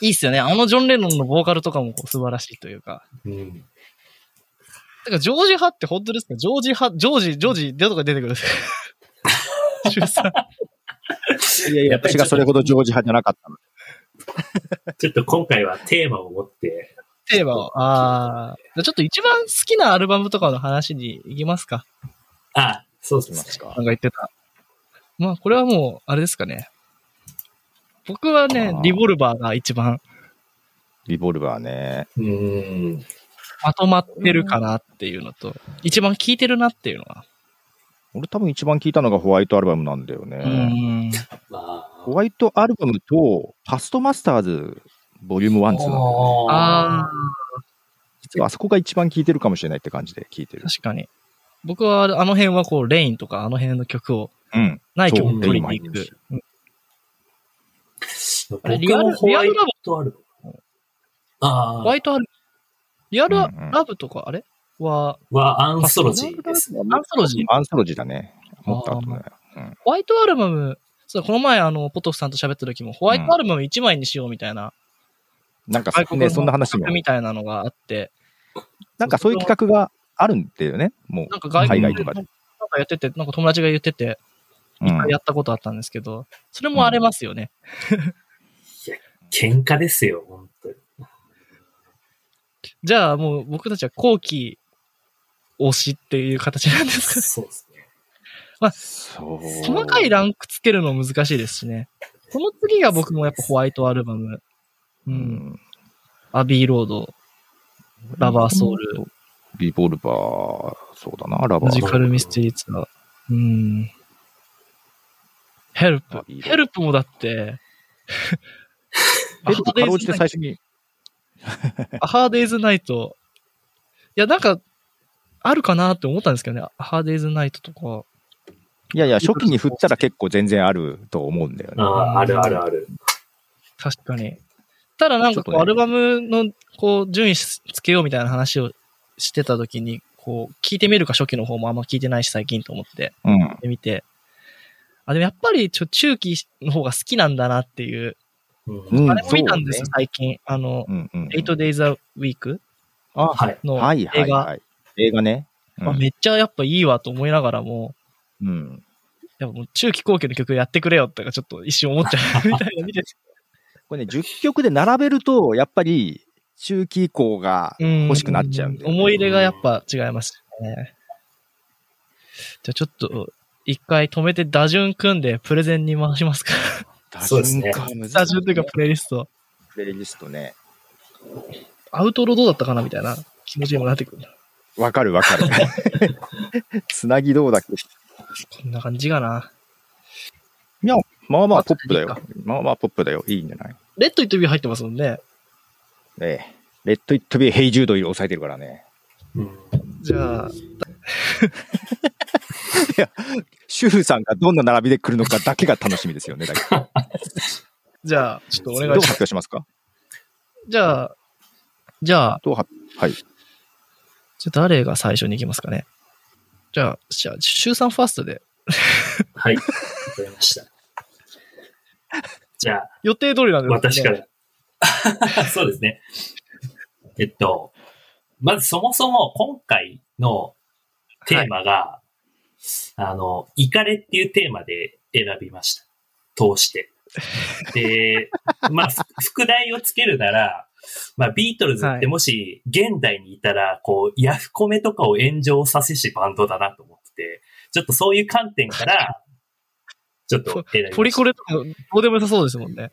いいっすよね。あのジョン・レノンのボーカルとかもこう素晴らしいというか。
うん、
だからジョージ派って本当ですかジョージ派、ジョージ、ジョージ、でとか出て くるんですかシュウさん
いやいや、私がそれほどジョージ派じゃなかったの。
ちょっと今回はテーマを持って、
テーマを。ああ。ちょっと一番好きなアルバムとかの話に行きますか。
あ、そうで
います
ね。
すか。
なんか言ってた。まあ、これはもう、あれですかね。僕はね
あー、
リボルバーが一番
リボルバーね。
うん。
まとまってるかなっていうのと、一番聴いてるなっていうのは。
俺多分一番聞いたのがホワイトアルバムなんだよ
う
ね。
ん。
まあ。
ホワイトアルバムと、パストマスターズ、ボリューム1、2なんだよね。
ああ、
実はあそこが一番聞いてるかもしれないって感じで聞いてる。
確かに。僕はあの辺はこう、レインとかあの辺の曲を、
うん。
ない曲を
そう
取りに行
レイン
く。
ー
あれ
僕もホワイトアルバム。
ホ
あ
ワイトアル、リアル
うん
ラ
うん
ブとか、あれは、
あ、はアンソロジーです。
アンソロジー
アンソロジーだね。もっと後だよ。うん
ホワイトアルバム、そうこの前、あの、ポトフさんと喋った時も、ホワイトアルバム1枚にしようみたいな、
なんか
外
そ、
国の
ね、そんな話も。
みたいなのがあって、
なんかそういう企画があるんだよね。もう
なんか、外
海
国の
外とか
なん。
で
かやってて、なんか友達が言ってて、
うん
やったことあったんですけど、それも荒れますよね。
喧嘩ですよ、本当に。
じゃあ、もう僕たちは後期推しっていう形なんですかね。
そうですね。
そう。
細かいランクつけるの難しいですしね。この次が僕もやっぱホワイトアルバム、う、
うんん。
アビーロード、ラバーソウル、
リボルバー、そうだな、ラバ
マジ
ー。
カルミステリーツアー。うん。ヘルプ
あ。いいね
ヘルプもだって、
ヘルプかろうじて最初に。
アハーデイズナイト。いや、なんか、あるかなって思ったんですけどね。アハーデイズナイトとか。
いやいや、初期に振ったら結構全然あると思うんだよ
あ
ね。
あ、あるあるある。
確かに。ただなんか
ちょ
こ
っ
う、
とね
アルバムの、こう、順位つけようみたいな話をしてた時に、こう、聞いてみるか初期の方もあんま聞いてないし、最近と思って、
うん。
で見て。あ、でもやっぱり、ちょ、中期の方が好きなんだなっていう。
うん
うん
あれも見たんですよ
そうね、
最近。あの、
うんうん。
8 days a week
あ、
はい。
の
はいは
映
い
画。
はい。映画ね。うん
あめっちゃやっぱいいわと思いながらも、
うん。
やっぱもう中期後期の曲やってくれよってかちょっと一瞬思っちゃうみたいな見て て。
これね、10曲で並べると、やっぱり、中期以降が、
欲
しくなっちゃうんだよね
思い入れがやっぱ違いますね。じゃあちょっと、一回止めて打順組んでプレゼンに回しますか。
そうですね
打順か
打順というかプレイリスト。
プレイリストね。
アウトローどうだったかなみたいな気持ちにもなってくるな。
わかるわかる。つなぎどうだっけ
こんな感じかな。
まあまあ
あ
ポップだよ
いい。
まあまあポップだよ。いいんじゃない
レッドイットビュー入ってますもんね。
ええ。レッドイットビーヘイジュードより抑えてるからね。
うん
じゃあ、
主婦さんがどんな並びで来るのかだけが楽しみですよね。だけど
じゃあ、ちょっとお願
どう
いしま
発
す。
表しますか
じゃあ、じゃあ、
どう発はい。
じゃあ誰が最初に行きますかね。じゃあ、じゃあ、週3ファーストで、
はい。わかりました。じゃあ、
予定通りなんですね
私から。そうですね。 えっと、まずそもそも今回のテーマが、あの、イカレっていうテーマで選びました。通して。で、 まあ、ふ副題をつけるなら、まあ、ビートルズってもし現代にいたら、こう、ヤフコメとかを炎上させしバンドだなと思ってて、ちょっとそういう観点から、ちょっと選びまし た。
ポリコレとかどうでも良さそうですもんね。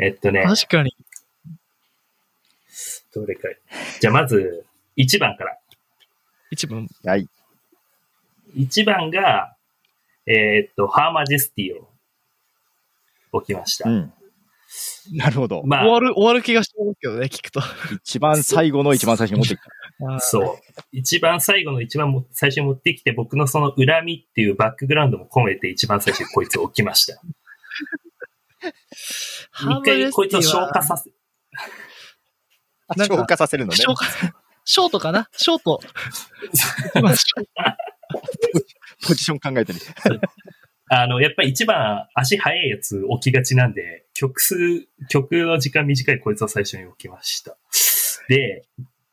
えっとね。
確かに。
どれかい。じゃあまず、1番から。
一番、
はい。
1番が、えーっと、ハーマジェスティを置きました。
うん。なるほど。
ま
終わ
あ、
る、終わる気がしますけどね、聞く と。
一番最後の一番最初に持ってきた。
そう。一番最後の一番も最初に持ってきて、僕のその恨みっていうバックグラウンドも込めて一番最初にこいつを置きました。
ハー
一
ブレ
回
ステ
こ
ィ
いつを消化
は
させ、
なんか
消化させるのね。
消化ショートかなショ ート。今ショート
ポジション考えたり。
あの、やっぱり一番足早いやつ置きがちなんで、曲数、曲の時間短いこいつを最初に置きました。で、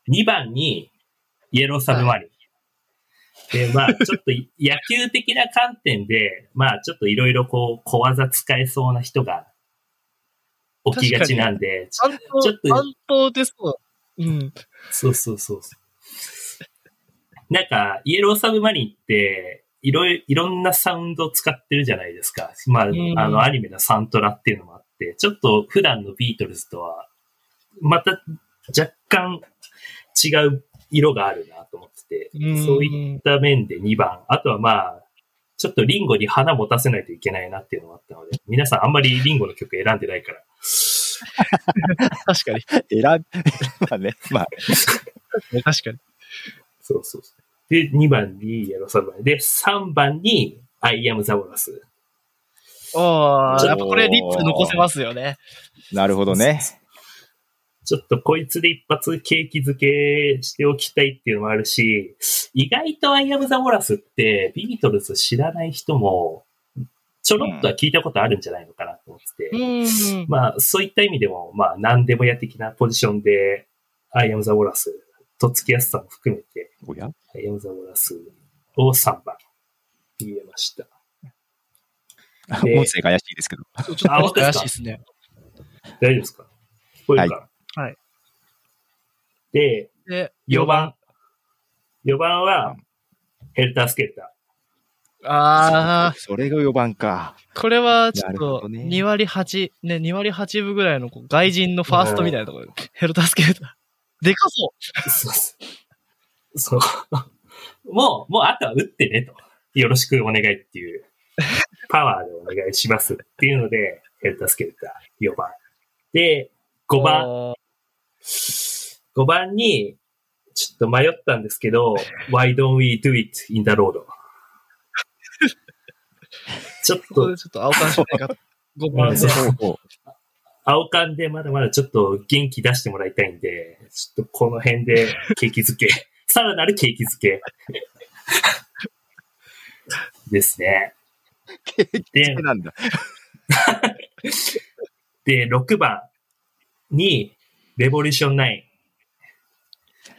2番に、イエローサブマリン。で、まあ、ちょっとい 野球的な観点で、まあ、ちょっといろいろこう、小技使えそうな人が置きがちなんで、ちょ
担当、
ちょっと
担当でそう。うん。
そうそうそうそう。なんか、イエローサブマリンって、いろい、いろんなサウンドを使ってるじゃないですか。まあ、
ん
あの、アニメのサントラっていうのもあって、ちょっと普段のビートルズとは、また若干違う色があるなと思って
うん
て、そういった面で2番。あとはまあ、ちょっとリンゴに花持たせないといけないなっていうのもあったので、皆さんあんまりリンゴの曲選んでないから、
確かに。
選び、まあね、まあ、
確かに。
そうそうそう。で、2番に、やろ、3番で、3番に、I am the Walrus。
おーやっぱこれリップ残せますよね。
なるほどね。
ちょっとこいつで一発景気づけしておきたいっていうのもあるし、意外と I am the Walrus って、ビートルズ知らない人も、ちょろっとは聞いたことあるんじゃないのかなと思ってて、
うん。
まあ、そういった意味でも、まあ、何でもや的なポジションで、I am the Walrus、とっつきやすさも含めて、
おや
I am the Walrus を3番、入れました。で
音声が怪しいですけど。
ちょっと
あ本当で
怪
すか
しいですね。
大丈夫ですかこれか、
はいはい
で、
で、
4番。。4番は、ヘルタースケータ
あ
それが4番か。
ー、これはちょっ
なるほ
と
どね
2割8、ね、2割8分ぐらいのこう外人のファーストみたいなところで、ヘルタースケーター。でかそ
ー。そうそう。そう。 もう、もうあとは打ってねと。よろしくお願いっていう。パワーでお願いしますっていうので、ヘルタースケーター4番。で、
う。
5番。
おー。
5番に、ちょっと迷ったんですけど、Why don't we do it in the road? ちょっ
ことこでちょっと青缶しないかと。5
う
番
ん
で
そう。
そ
青缶でまだまだちょっと元気出してもらいたいんで、ちょっとこの辺で景気づけ。 さらなる景気づけ。 ですね。 で
う、なんだ。
で、6番に、レボリューション9。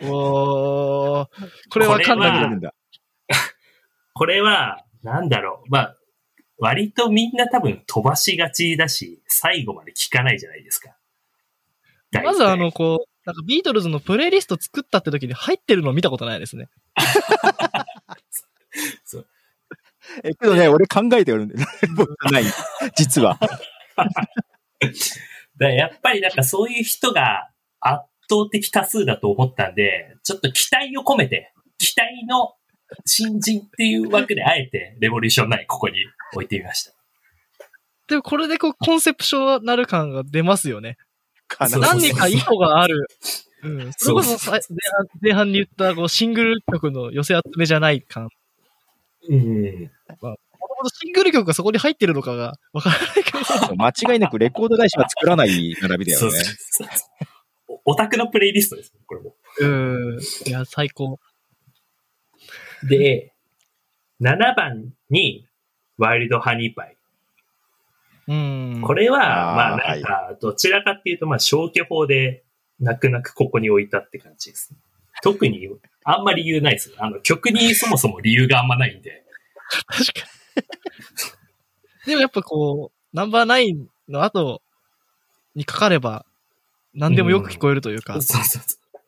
おー。これわかんな
こ
く
れ
な
は
る。
だ。
これは、なんだろう。まあ、割とみんな多分飛ばしがちだし、最後まで聞かないじゃないですか。大体
まずあの、、こう、なんかビートルズのプレイリスト作ったって時に入ってるの見たことないですね。
え、けどね、俺考えておるんで、 僕は ない。実は。
だからやっぱりなんかそういう人が圧倒的多数だと思ったんで、ちょっと期待を込めて、期待の新人っていう枠であえて、レボリューション9ここに置いてみました。
でもこれでこう、コンセプショナル感が出ますよね。
か
そう
な
何年か意図がある。うん。それこそさ前半前半に言ったこうシングル曲の寄せ集めじゃない感。も
うん。
ともとシングル曲がそこに入ってるのかがわからないけど。
間違いなくレコード会社は作らない並びだ
そ
よ
うそう
ね。
そうそう。おオタクのプレイリストですね、これも。
うん。いや、最高。
で、7番に、ワイルドハニーパイ。
うん。
これは、ま
あ
あ
ー
なんか、どちらかっていうと、まあ消去法で、泣く泣くここに置いたって感じですね。特に、あんまり理由ないです。あの、曲にそもそも理由があんまないんで。
確かに。でもやっぱこう、ナンバーナインの後にかかれば、何でもよく聞こえるというか。
そうそうそう。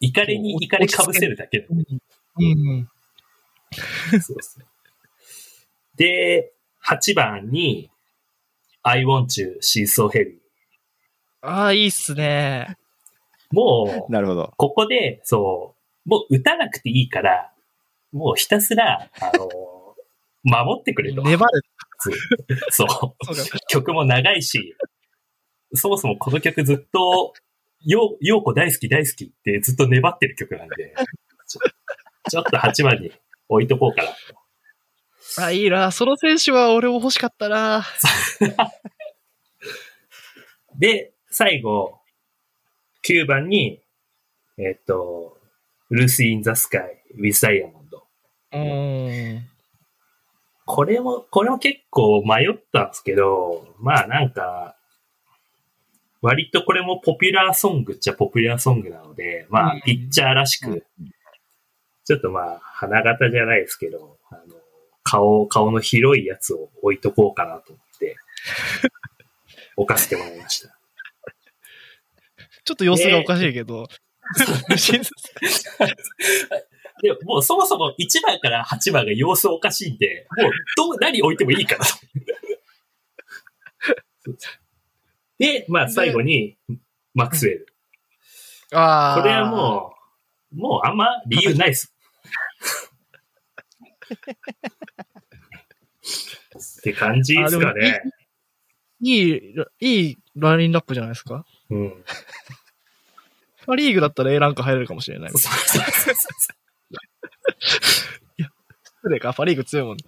怒りに怒りかぶせるだけで。
うん。
そうですね。で、8番に、I want you, she's so heavy.
ああ、いいっすね。
もう、
なるほど。
ここで、そう、もう打たなくていいから、もうひたすら、あの、守ってくれと。
粘る。
そう。
そうか
曲も長いし、そもそもこの曲ずっと、よう、ようこ大好き大好きってずっと粘ってる曲なんで、ちょちょっと8番に置いとこうかな。
あ、いいな。その選手は俺も欲しかったな。
で、最後、9番に、えっと、ルース・イン・ザ・スカイ、ウィズ・ダイヤモンド。
うん。
これも、これも結構迷ったんですけど、まあなんか、割とこれもポピュラーソングっちゃポピュラーソングなので、ま
う
あ
ん、
ピッチャーらしく、ちょっとまあ、花形じゃないですけど、あの、顔、顔の広いやつを置いとこうかなと思 って、置かせてもらいました。
ちょっと様子がおかしいけ ど。
で、もうそもそも1番から8番が様子おかしいんで、もうどう、何置いてもいいかなと。で、まあ最後に、マックスウェル。
ああ。
これはもう、もうあんま理由ないっす。って感じですか
あでも
ね。
う。いい、いいラインナップじゃないですか。
うん。
パリーグだったら A ランク入れるかもしれない。失礼か、パリーグ強いもん。 じ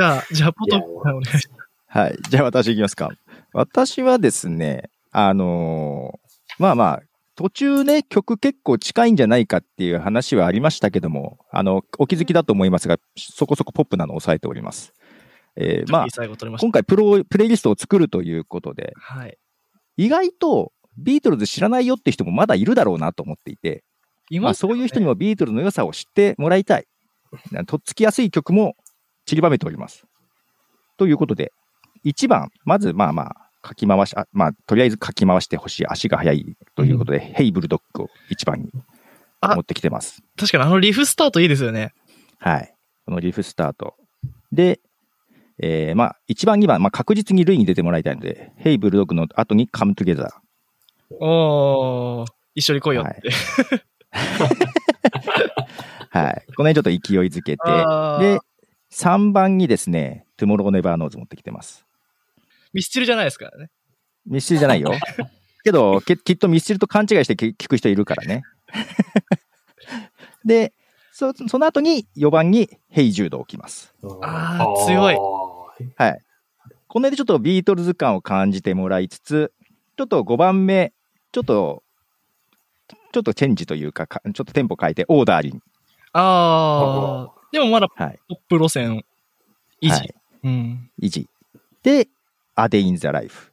ゃあ、じゃあ、ポトフさんお願いします。
はい。じゃあ私いきますか。私はですね、あのーまあまあ、途中ね、曲結構近いんじゃないかっていう話はありましたけども、あの、お気づきだと思いますが、そこそこポップなのを抑えております。えーまあ
いい、最後取れまし
今回プロ、プレイリストを作るということで、
た。はい。
意外とビートルズ知らないよって人もまだいるだろうなと思っていて、ま
今
あ、、そういう人にもビートルズの良さを知ってもらいたい。なとっつきやすい曲も散りばめております。ということで、1番、まずまあまあ、書き回し、あまあ、とりあえず書き回してほしい、足が速いということで、ヘイブルドッグを1番に
あ
持ってきてます。
確かにあのリフスタートいいですよね。
はい。このリフスタート。で、えーまあ、1番、2番、まあ、確実に塁に出てもらいたいので、ヘイブルドッグの後にカムトゥゲザー。
おー、一緒に来いよって。
はい。この辺ちょっと勢いづけて、
あー
で、3番にですね、トゥモローネバーノーズ持ってきてます。
ミスチルじゃないですからね。
ミスチルじゃない よ。けど、けきっとミスチルと勘違いして聞聞く人いるからね。で、そその後に4番にヘイジュードを置きます。
あー強い
い。
この辺でちょっとビートルズ感を感じてもらいつつ、ちょっと5番目、ちょっと、ちょっとチェンジというか、かちょっとテンポ変えて、オーダーリン。
あー、でもまだ
はい。
ポップ路線維持。
はい
うん。
維持。で、アデイン・ザ・ライフ。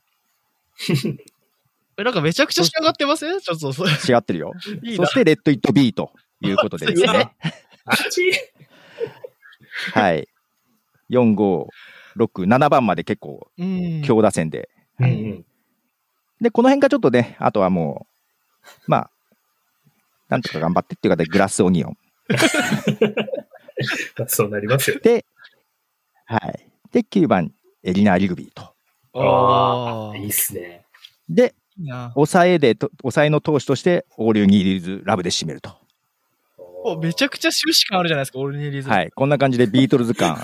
えなんかめちゃくちゃ仕上がってませんちょっと、それ
違ってるよ。
いい
そ
な
し。て、レッド・イット・ビーということ でです
うわ
ね。
あっち
はい。4、5、6、7番まで結構
うん。
強打線で。
う
うんん
で、この辺がちょっとね、あとはもう、まあ、なんとか頑張ってっていう形で、グラス・オニオン。
そうなりますよ。
で、はい。で、9番、エリナ・リグビーと。
あ
いいっすね。
で、
な
抑えでと、抑えの投手として、オールユニーズラブで締めると。
お めちゃくちゃ終始感あるじゃないですか、オルネリーズム。
はい。こんな感じでビートルズ感。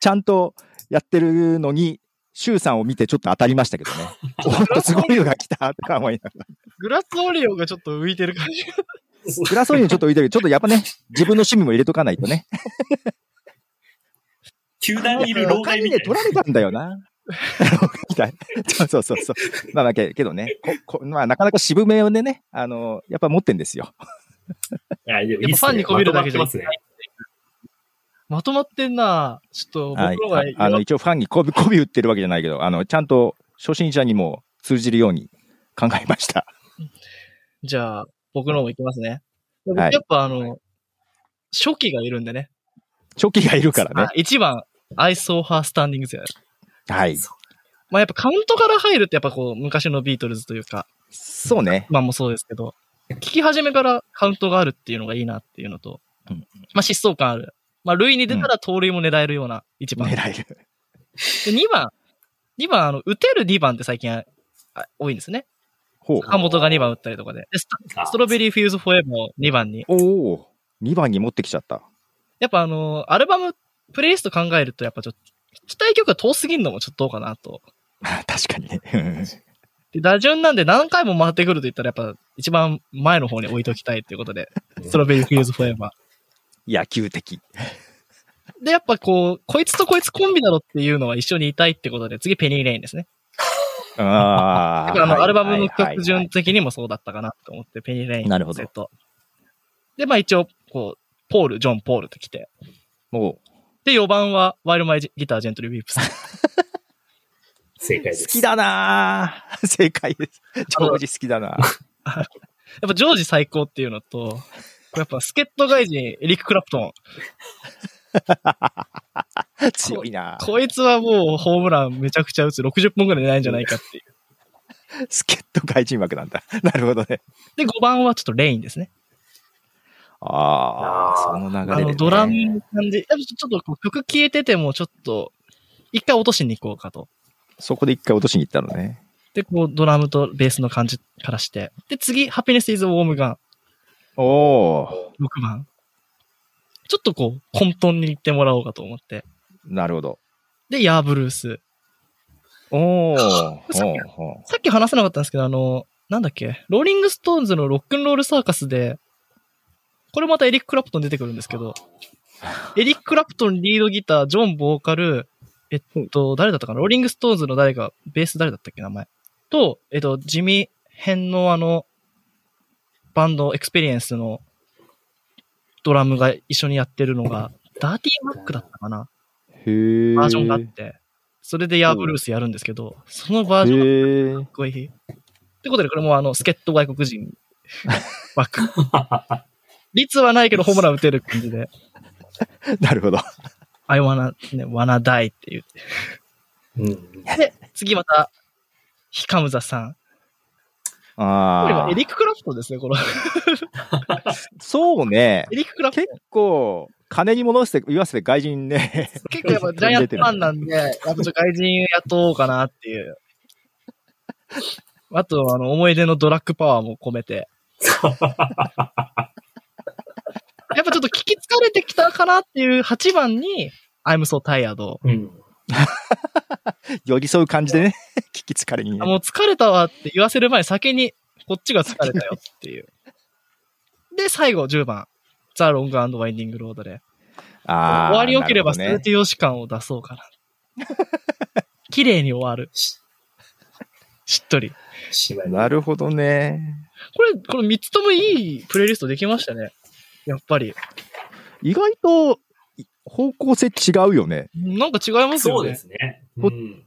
ちゃんとやってるのに、シュウさんを見てちょっと当たりましたけどね。おっと、すごいのが来たとか思いながら。
グラスオリオがちょっと浮いてる感じ。
グラソリンちょっと浮いてるけど、ちょっとやっぱね、自分の趣味も入れとかないと ね。
球団にいる老
お
害
金
みた
で
い
取られたんだよな。みたいそうそうそうそう。まあまあけけどね、ここまあ、なかなか渋めをね、あの、やっぱ持ってんですよ。
な。あでも
やっぱファンにこびるだけじゃい
まと
け
まっ
な
て
いまとまってんなちょっと
はい
僕のが、。
ああの、一応ファンに媚び、媚び売ってるわけじゃないけど、あの、ちゃんと初心者にも通じるように考えました。
じゃあ、僕のもいきますね。僕
は
や
い
っぱあの、初期がいるんでね。
初期がいるからね
あ。一番、I saw her standing there.
はい。
まあやっぱカウントから入るってやっぱこう、昔のビートルズというか、
そうね。
まあもそうですけど、聞き始めからカウントがあるっていうのがいいなっていうのと、
うん
まあ疾走感ある。まあ、塁に出たら盗塁も狙えるような一番。で、
狙える。
2番、2番、あの、打てる2番って最近あ多いんですね。
ほう。
岡本が2番打ったりとかで。でス
あ
タストロベリーフューズフォーエバーを2番に。
おお2番に持ってきちゃった。
やっぱあの、アルバム、プレイリスト考えると、やっぱちょっと、聞きたい曲が遠すぎるのもちょっとどうかなと。
確かにね。うん
で、打順なんで何回も回ってくると言ったら、やっぱ一番前の方に置いときたいということで、ストロベリーフューズフォーエバ
野球的。
ー。で、やっぱこう、こいつとこいつコンビだろっていうのは一緒にいたいってことで、次ペニーレインですね。だ
ああ。
からあ
はい
の、アルバムの
はい
曲
はい
順的にもそうだったかなと思って、ペニーレイン。
なるほど
セット。で、まあ一応、こう、ポール、ジョン・ポールと来て。
もう、
で、4番は、ワイルドマイギター・ジェントリー・ウ ィープス。
正解で
好き
す。
だなぁ 正解です。ジ ョージ好きだなぁ
やっぱジョージ最高っていうのと、やっぱ助っ人外人、エリック・クラプトン。
強いなぁ
こいつはもうホームランめちゃくちゃ打つ。60本ぐらいないんじゃないかっていう。
助っ人外人枠なんだ。 なるほどね。
で、5番はちょっとレインですね。
ああ、
あー
その流れで、
あ
ね。
の、ドラムの感じ。やっぱちょっとこう曲消えててもちょっと、一回落としに行こうかと。
そこで一回落としに行ったのね。
で、こう、ドラムとベースの感じからして。で、次、ハピネス・イズ・ウォームガ
おお
ン、6番。ちょっとこう、混沌に行ってもらおうかと思って。
なるほど。
で、ヤーブルース。
おー
さっ
お
き
ーおー
さっき話せなかったんですけど、あの、なんだっけ、ローリングストーンズのロックンロールサーカスで、これまたエリック・クラプトン出てくるんですけど、エリック・クラプトンリードギター、ジョン・ボーカル、えっと、誰だったかなローリングストーンズの誰か、ベース誰だったっけ、名前。と、えっと、地味編のあの、バンド、エクスペリエンスのドラムが一緒にやってるのが、ダーティーマックだったかな
へえ。
バージョンがあって、それでヤーブルースやるんですけど、そのバージョンが
へえ。
すごい。ってことで、これもあの、助っ人外国人、バック。率はないけど、ホームラン打てる感じで、
なるほど。
I wanna, ね、wanna die っていう。
うん
で、次また、ヒカムザさん。これ
あ
はエ
あ。
リック・クラフトンですね、この。
そうね
エ。リック・クラフトン
結構、金に戻して、言わせて外人ね。
結構やっぱジャイアンツファンなんで、やっぱちょっと外人雇おうかなっていう。あと、あの、思い出のドラッグパワーも込め て。やっぱちょっと聞き疲れてきたかなっていう8番に、I'm so tired を。
うん。
寄り添う感じでね。聞き疲れにね
あもう疲れたわって言わせる前に先にこっちが疲れたよっていう。で、最後10番。ザ・ロング・アンド・ワインディング・ロードで。
あー
終わり良ければス
な
テ
る
ー
ほどね
ティヨシ感を出そうかな。綺麗に終わる。しっとり。
しまい
なるほどね。
これ、この3つともいいプレイリストできましたね。やっぱり。
意外と、い方向性違うよね。
なんか違います
そ
よ
うで
ね。
すね。
こ
うん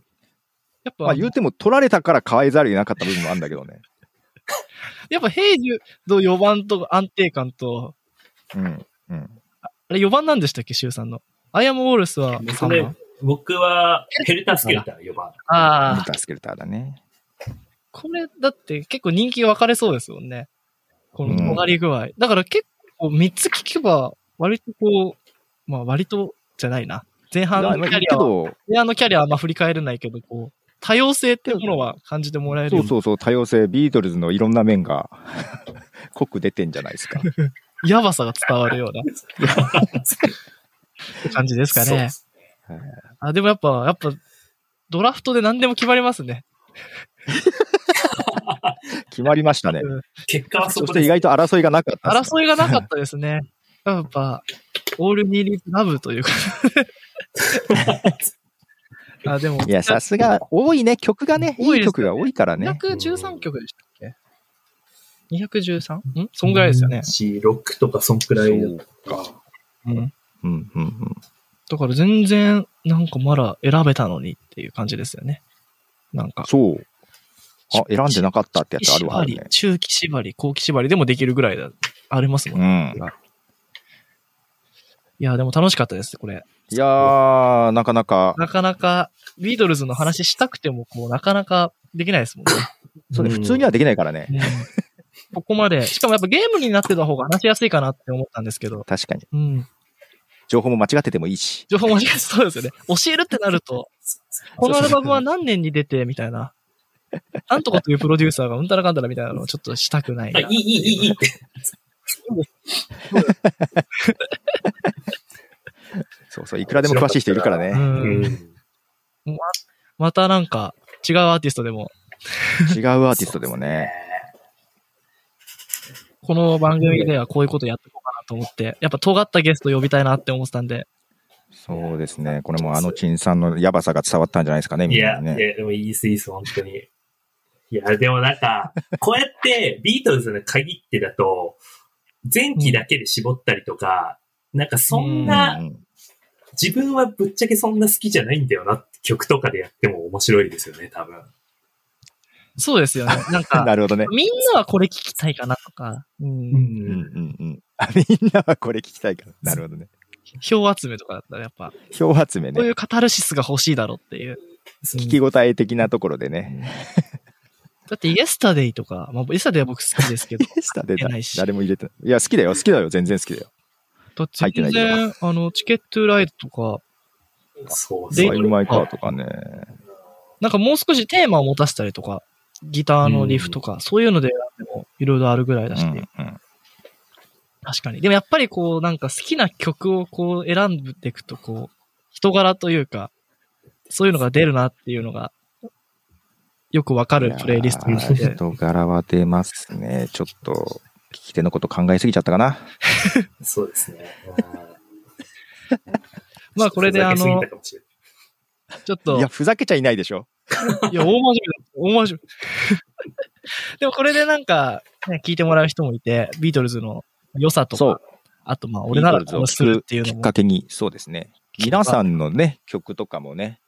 やっぱ、
まあ言うても取られたから変えざるを得なかった部分もあるんだけどね。
やっぱ平時の4番と安定感と、
うん。うん。
あれ4番なんでしたっけ、シュウさんの。アイアム・ウォールスは
そ
3
れ
番。
僕は、ヘルタースケルター4番。
ああ、
ルタースケルターだね。
これだって結構人気分かれそうですもんね。この尖り具合。だから結構3つ聞けば、割とこう、まあ割とじゃないな。前
いや
半
まあ
の
い
キャ
い
リ
け
アは、
ど、
前半のキャリアはあんま振り返れないけど、こう、多様性ってものは感じてもらえる
そ
よ
うそうそう、多様性、ビートルズのいろんな面が 濃く出てんじゃないですか。
うやばさが伝わるよう な感じですかね。
そうはい
あ、でもやっぱ、やっぱ、ドラフトで何でも決まりますね。
決まりましたね。
うん
結果はそ
そ
こ
して
で
意
す。
外と争いがなかったですね。
争いがなかったですね。やっぱ、オールニーリーラブと いうか。あ、でも、
いや、さすが、多いね、曲がね、いい曲が多いからね。
213曲でしたっけ ?213? んそんぐらいですよね。
C、ロックとかそんくらいだったか
うん。
うんうんうん。
だから全然、なんかまだ選べたのにっていう感じですよね。なんか。
そう。あ、選んでなかったってやつあるわ
縛り
ね、。
中期縛り、後期縛りでもできるぐらいだ、ありますもん
う
ね。
ん。
いや、でも楽しかったです、これ。
いやー、なかなか、
なかなか、ビートルズの話したくても、こう、なかなかできないですもんね。
そう
う
ね、
ん
普通にはできないからね。
ここまで。しかもやっぱゲームになってた方が話しやすいかなって思ったんですけど。
確かに。
うん。
情報も間違っててもいいし。
情報間違えてそうですよね。教えるってなると、このアルバムは何年に出て、みたいな。なんとかというプロデューサーがうんたらかんたらみたいなのをちょっとしたくない
あ
ない
い、いい、いい、いいって。
そうそう、いくらでも詳しい人いるから
う
ね。
ん。またなんか、違うアーティストでも、
違うアーティストでもね。
この番組ではこういうことやっていこうかなと思って、やっぱ尖ったゲスト呼びたいなって思ってたんで、
そうですね。これもあの陳さんのやばさが伝わったんじゃないですかね、
い
みんな
や、
に
い
ね。
や、でもいいです、いいです、本当に。いや、でもなんか、こうやってビートルズの限ってだと、前期だけで絞ったりとか、なんかそんな、
うん
自分はぶっちゃけそんな好きじゃないんだよなって曲とかでやっても面白いですよね、多分。
そうですよね。なんか、
なるほどね。
みんなはこれ聞きたいかなとか、うん
うんうんうん。あみんなはこれ聞きたいから。なるほどね。
票集めとかだったらやっぱ、
票集め
こうい
ね。
うカタルシスが欲しいだろうっていう。
聞き応え的なところでね。、
だって、イエスタデイとか、まあ、イエスタデイは僕好きですけど
スタ出た
入ってないし。
誰も入れてない。いや、好きだよ、好きだよ、全然好きだよ。
だって全
入
然、あの、チケットライドとか、
そう
で
そ
サ
う
イ。ンマイカーとかね。
なんかもう少しテーマを持たせたりとか、ギターのリフとか、そういうので選んでもいろいろあるぐらいだし、
うんうん
確かに。でもやっぱりこう、なんか好きな曲をこう選んでいくと、こう、人柄というか、そういうのが出るなっていうのが、よくわかるプレイリスト
い
な
や
の
ー
で、
人柄は出ますね。ちょっと、聞き手のこと考えすぎちゃったかな。
そうですね。
まあこれであの
ちょっとふざけすぎたかもしれない
ちょっと、
い
い
や、
や、
ふざけちゃいないでしょ。
大真面目だ大真面目。 でもこれでなんか、ね、聞いてもらう人もいて、ビートルズの良さと
そ
か
う、
あとまあ俺ならこうするっていう
き
の
っ
も、
かけに、そうですね。皆さんのね、曲とかもね、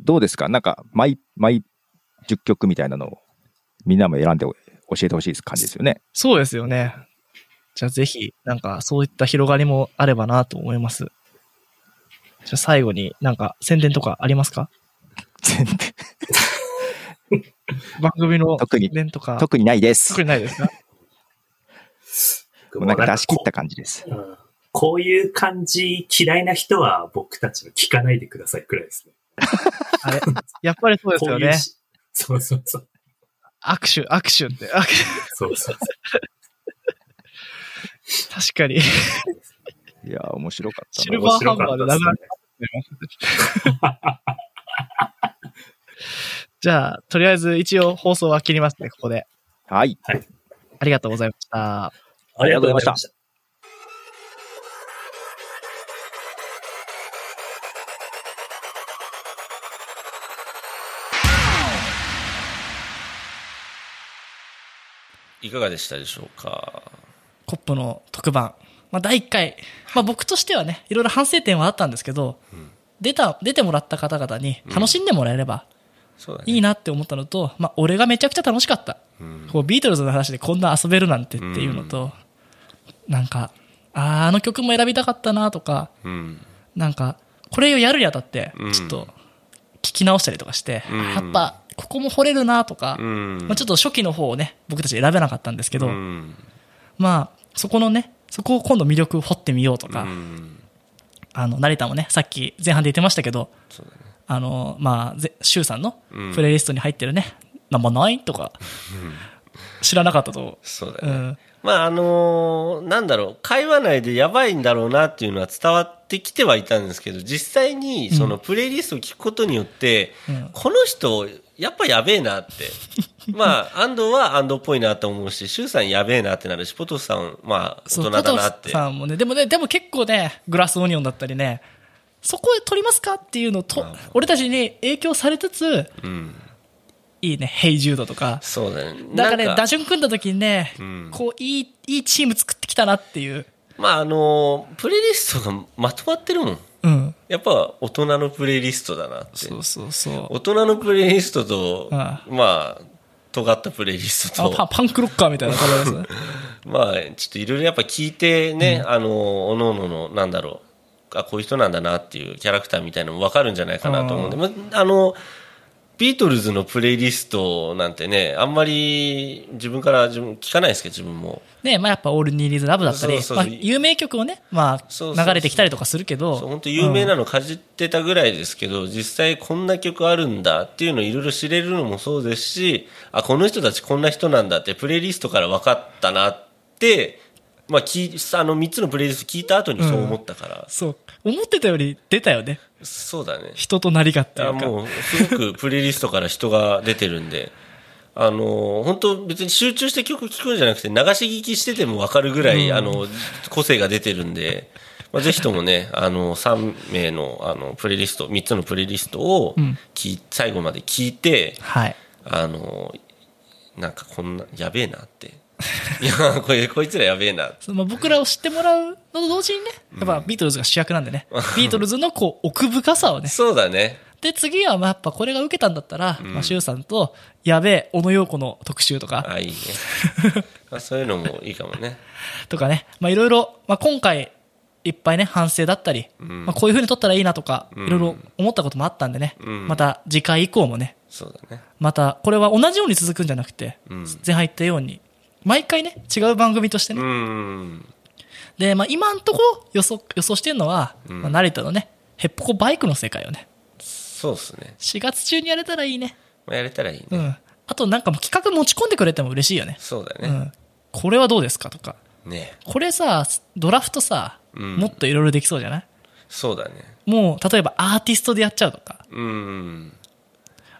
どうですかなんか、毎、毎10曲みたいなのを、みんなも選んで教えてほしい感じですよね。
そうですよね。じゃあぜひ、なんかそういった広がりもあればなと思います。じゃあ最後になんか宣伝とかありますか
全然
番組の
特に
宣伝とか。
特にないです
特。にないですか
もうなんか出し切った
か
感じです。
うんこういう感じ嫌いな人は僕たちの聞かないでくださいくらいですね。
あれやっぱりそうですよ
こうい
ね
う。しそうそうそう。
握手、握手って。握手
そうそう そ
確かに。
いやー、面白かった
シ
な
ル
う。
バーハンバーで
面白
なく
か
な
っ
る。じゃあ、とりあえず一応放送は切りますね、ここで。
はい。
ありがとうございました。
た。ありがとうございました。
いかがでしたでしょうか
コップの特番。まあ、第1回。まあ、僕としてはね、いろいろ反省点はあったんですけど、出た、出てもらった方々に楽しんでもらえれば
そうだね
いいなって思ったのと、まあ、俺がめちゃくちゃ楽しかった。
うん
こう、ビートルズの話でこんな遊べるなんてっていうのと、なんか、あーあの曲も選びたかったなとか、
うん
なんか、これをやるにあたって
うん、
ちょっと、聞き直したりとかして、
うん
あやっぱ、ここも惚れるなとか、
うん
まあ、ちょっと初期の方をね、僕たち選べなかったんですけど、
うん
まあ、そこのね、そこを今度魅力を掘ってみようと
う
か、
ん
あの、成田もね、さっき前半で言ってましたけど、
そうだね
あの、まあ、ぜシュウさんの
うん
プレイリストに入ってるね、なんもないとか、知らなかったと。
そうだ
う
よね。
ん。
まああのーなんだろう会話内でやばいんだろうなっていうのは伝わってきてはいたんですけど実際にそのプレイリストを聞くことによって、
うん
この人やっぱやべえなって まあ安藤は安藤っぽいなと思うし周さんやべえなってなるしポトフさんまあ大
そ
人
う
だなっ
ポト
て
フさんもね、でもね、でも結構ね、グラスオニオンだったりね、そこで取りますかっていうのと
まあまあ、
俺たちに影響されつつ、
うん
いいね、ヘイジュードとか。
そうだね
なんかね、
なんか
打順組んだ時にね、
うん
こう、いい、いいチーム作ってきたなっていう。
まああのープレイリストがまとまってるもん
うん。
やっぱ大人のプレイリストだなって
そうそうそう。
大人のプレイリストと、
ああ
まあ尖ったプレイリスト
あ
と
パンパンクロッカーみたいな感じですね。
まあちょっといろいろやっぱ聞いてね、あのおのおののなんだろうあこういう人なんだなっていうキャラクターみたいなのも分かるんじゃないかなと思うんで、まあ、あのビートルズのプレイリストなんてねあんまり自分から自分聞かないですけど自分も
ねまあやっぱオールニーリーズラブだったり、
そうそうそう
まあ有名曲をね、ま
そう
あ
そう
流れてきたりとかするけど、
そう本当有名なのかじってたぐらいですけど、実際こんな曲あるんだっていうのをいろいろ知れるのもそうですしあこの人たちこんな人なんだってプレイリストから分かったなって、まあ、きあの3つのプレイリスト聞いた後にそう思ったから、
そう。思ってたより出たよね。
そうだね
人となりがってい
あ
うか。
もうすごくプレイリストから人が出てるんで。 あの本当別に集中して曲聴くんじゃなくて流し聞きしてても分かるぐらい、あの個性が出てるんで、まあ、ぜひともねあの3名のあのプレイリスト3つのプレイリストを聞い、最後まで聞いて
はい。
あのなんかこんなやべえなっていやこれこいつらやべえな
そのまあ僕らを知ってもらうのと同時にね、やっぱビートルズが主役なんでね、 ビートルズのこう奥深さをね、
そうだね
で、次は、まあ、やっぱこれが受けたんだったら、まあ、シュウさんと、やべえ、小野洋子の特集とか、
あ いいねまあそういうのもいいかもね
とかね、まあ、いろいろ、まあ、今回、いっぱいね、反省だったり、
ん
まあ、こういう風に撮ったらいいなとか、
うん
いろいろ思ったこともあったんでね、
うん
また次回以降もね、
そうだね
また、これは同じように続くんじゃなくて、
うん
前半言ったように、毎回ね、違う番組としてね、
うん
で、まあ、今んとこ予想、予想してるのは、
うん
まあ、成田のね、ヘッポコバイクの世界をね、
そうっすね
4月中にやれたらいいね。
まあやれたらいいね、
うん。あとなんかもう企画持ち込んでくれても嬉しいよね。
そうだ
う
ね、
ん、これはどうですかとか
ね
これさドラフトさ、
うん
もっといろいろできそうじゃない
そうだね
もう例えばアーティストでやっちゃうとか
うん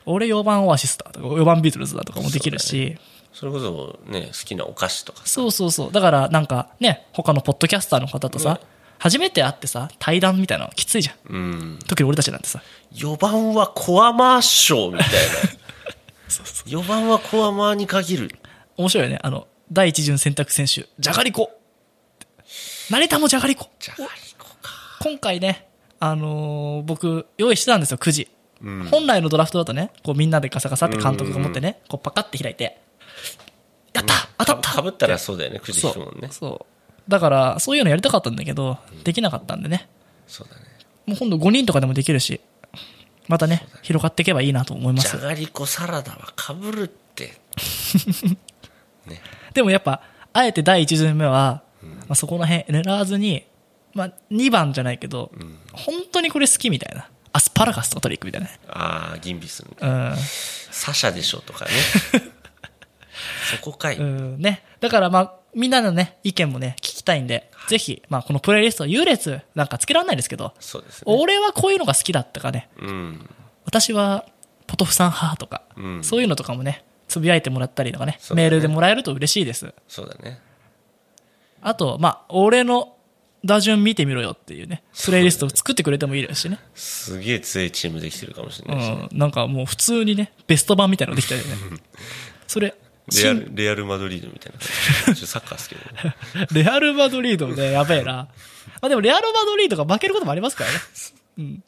俺4番オアシスだとか4番ビートルズだとかもできるし
それこそね好きなお菓子とか
そう,、そうそうだからなんかね他のポッドキャスターの方とさ、初めて会ってさ対談みたいなのきついじゃん
うん
特に俺たちなんてさ
4番はコアマーショーみ たいな4番はコアマーに限る
面白いよねあの第一巡選択選手じゃがりこ成田もじゃがりこ
じゃがりこか
今回ね、あのー僕、用意してたんですよ、くじ。
ん
本来のドラフトだとね、こうみんなでガサガサって監督が持ってね、こうパカって開いて、やった当たった
かぶったらそうだよねくじ引くもんね
そう。そうだから、そういうのやりたかったんだけど、できなかったんでね。
そうだね
もう今度5人とかでもできるし、またね、広がっていけばいいなと思いま
じゃ
す。
がりこサラダはかぶるって
でもやっぱ、あえて第1巡目は、まあ、そこの辺狙わずに、まあ、2番じゃないけど、本当にこれ好きみたいな。アスパラガスのトリックみたいなね。
ああギンビスみたいな
うん。
サシャでしょと かねそこかい、
うん、ね。だからまあ、みんなのね、意見もね、聞きたいんで、ぜひ、まあ、このプレイリスト、優劣なんかつけられないですけど、
そうですね
俺はこういうのが好きだったかね、
うん
私はポトフさん派とか、
うん
そういうのとかもね、つぶやいてもらったりとかね、
そうだ
メ
ね
ールでもらえると嬉しいです。
そうだね
あと、まあ、俺の打順見てみろよっていうね、プレイリストを作ってくれてもいいですしね。
すげえ強いチームできてるかもしれ
う
ないしね、
ん、なんかもう普通にね、ベスト版みたいなのできたよね。それ、
レア
新
ルレアル・マドリードみたいな感じちょっとサッカー好きだね
レアル・マドリードね、やべえな。まあでも、レアル・マドリードが負けることもありますからね。うん。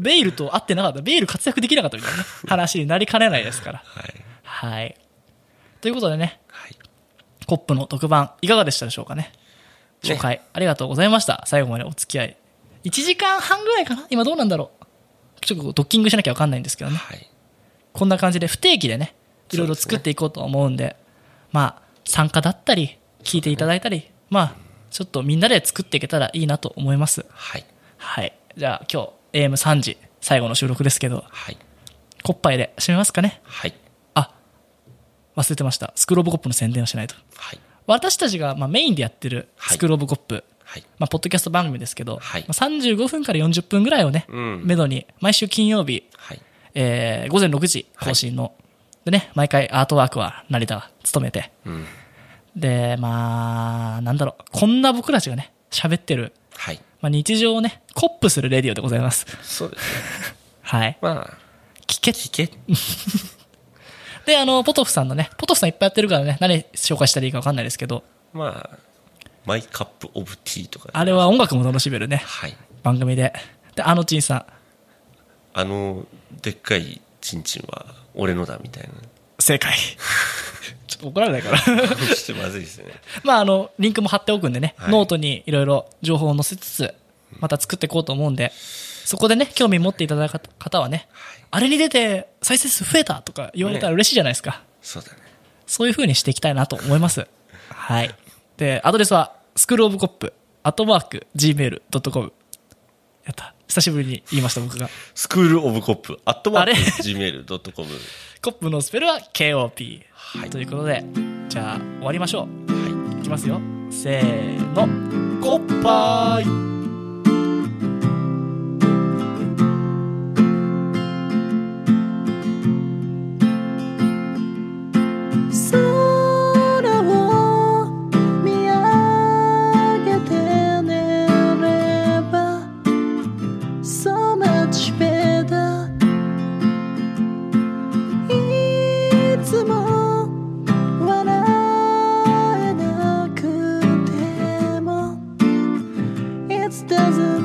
ベイルと会ってなかった。ベイル活躍できなかったみたいなね、話になりかねないですから。
はい、
はい。ということでね、
はい、
コップの特番、いかがでしたでしょうかね。
ね
紹介、ありがとうございました。最後までお付き合い。1時間半ぐらいかな今どうなんだろう。ちょっとこうドッキングしなきゃわかんないんですけどね。
はい、
こんな感じで不定期でね、いろいろ作っていこうと思うんで、まあ、参加だったり、聞いていただいたり、まあ、ちょっとみんなで作っていけたらいいなと思います。
はい、
はい。じゃあ今日、AM3 時、最後の収録ですけど、
はい。
コッパイで締めますかね。
はい。
あ、忘れてました。スクロールオブコップの宣伝をしないと。
はい。
私たちがまあメインでやってる
はい
スクロールオブコップ、
はい。
まあ、ポッドキャスト番組ですけど、
はい
まあ35分から40分ぐらいをね、
うん
めどに、毎週金曜日、
はい。
えー午前6時更新の、でね、毎回アートワークは成田が務めて、
うん。
で、まあ、なんだろう、こんな僕たちがね、喋ってる、
はい。
まあ、日常をね、コップするレディオでございます。
そうですね。
はい。
まあ、
聞け。
聞け。
で、あの、ポトフさんのね、ポトフさんいっぱいやってるからね、何紹介したらいいか分かんないですけど、
まあ、マイカップオブティーとか。
あれは音楽も楽しめるね、
はい。
番組で。で、あのちんさん、
あの、でっかいチンチンは俺のだみたいな。
正解。ちょっと怒られないから。
ちょっとまずいですね。
まあ、あの、リンクも貼っておくんでね、
はい
ノートにいろいろ情報を載せつつ、また作っていこうと思うんで、そこでね、興味持っていただいた方はね、
はい。
あれに出て再生数増えたとか言われたら嬉しいじゃないですか。
そうだね。
そういう風にしていきたいなと思います。はい。で、アドレスは、スクールオブコップ、アットマーク、gmail.com。やった。久しぶりに言いました、僕が。
スクールオブコップ、アットマ
あ
ーク
れ、
gmail.com。
コップのスペルは KOP。
はい。
と
はい
いうことで、じゃあ、終わりましょう。
い。
いきますよせーのコッパイ
空を見上げて寝れば So much better いつも笑えなくても It doesn't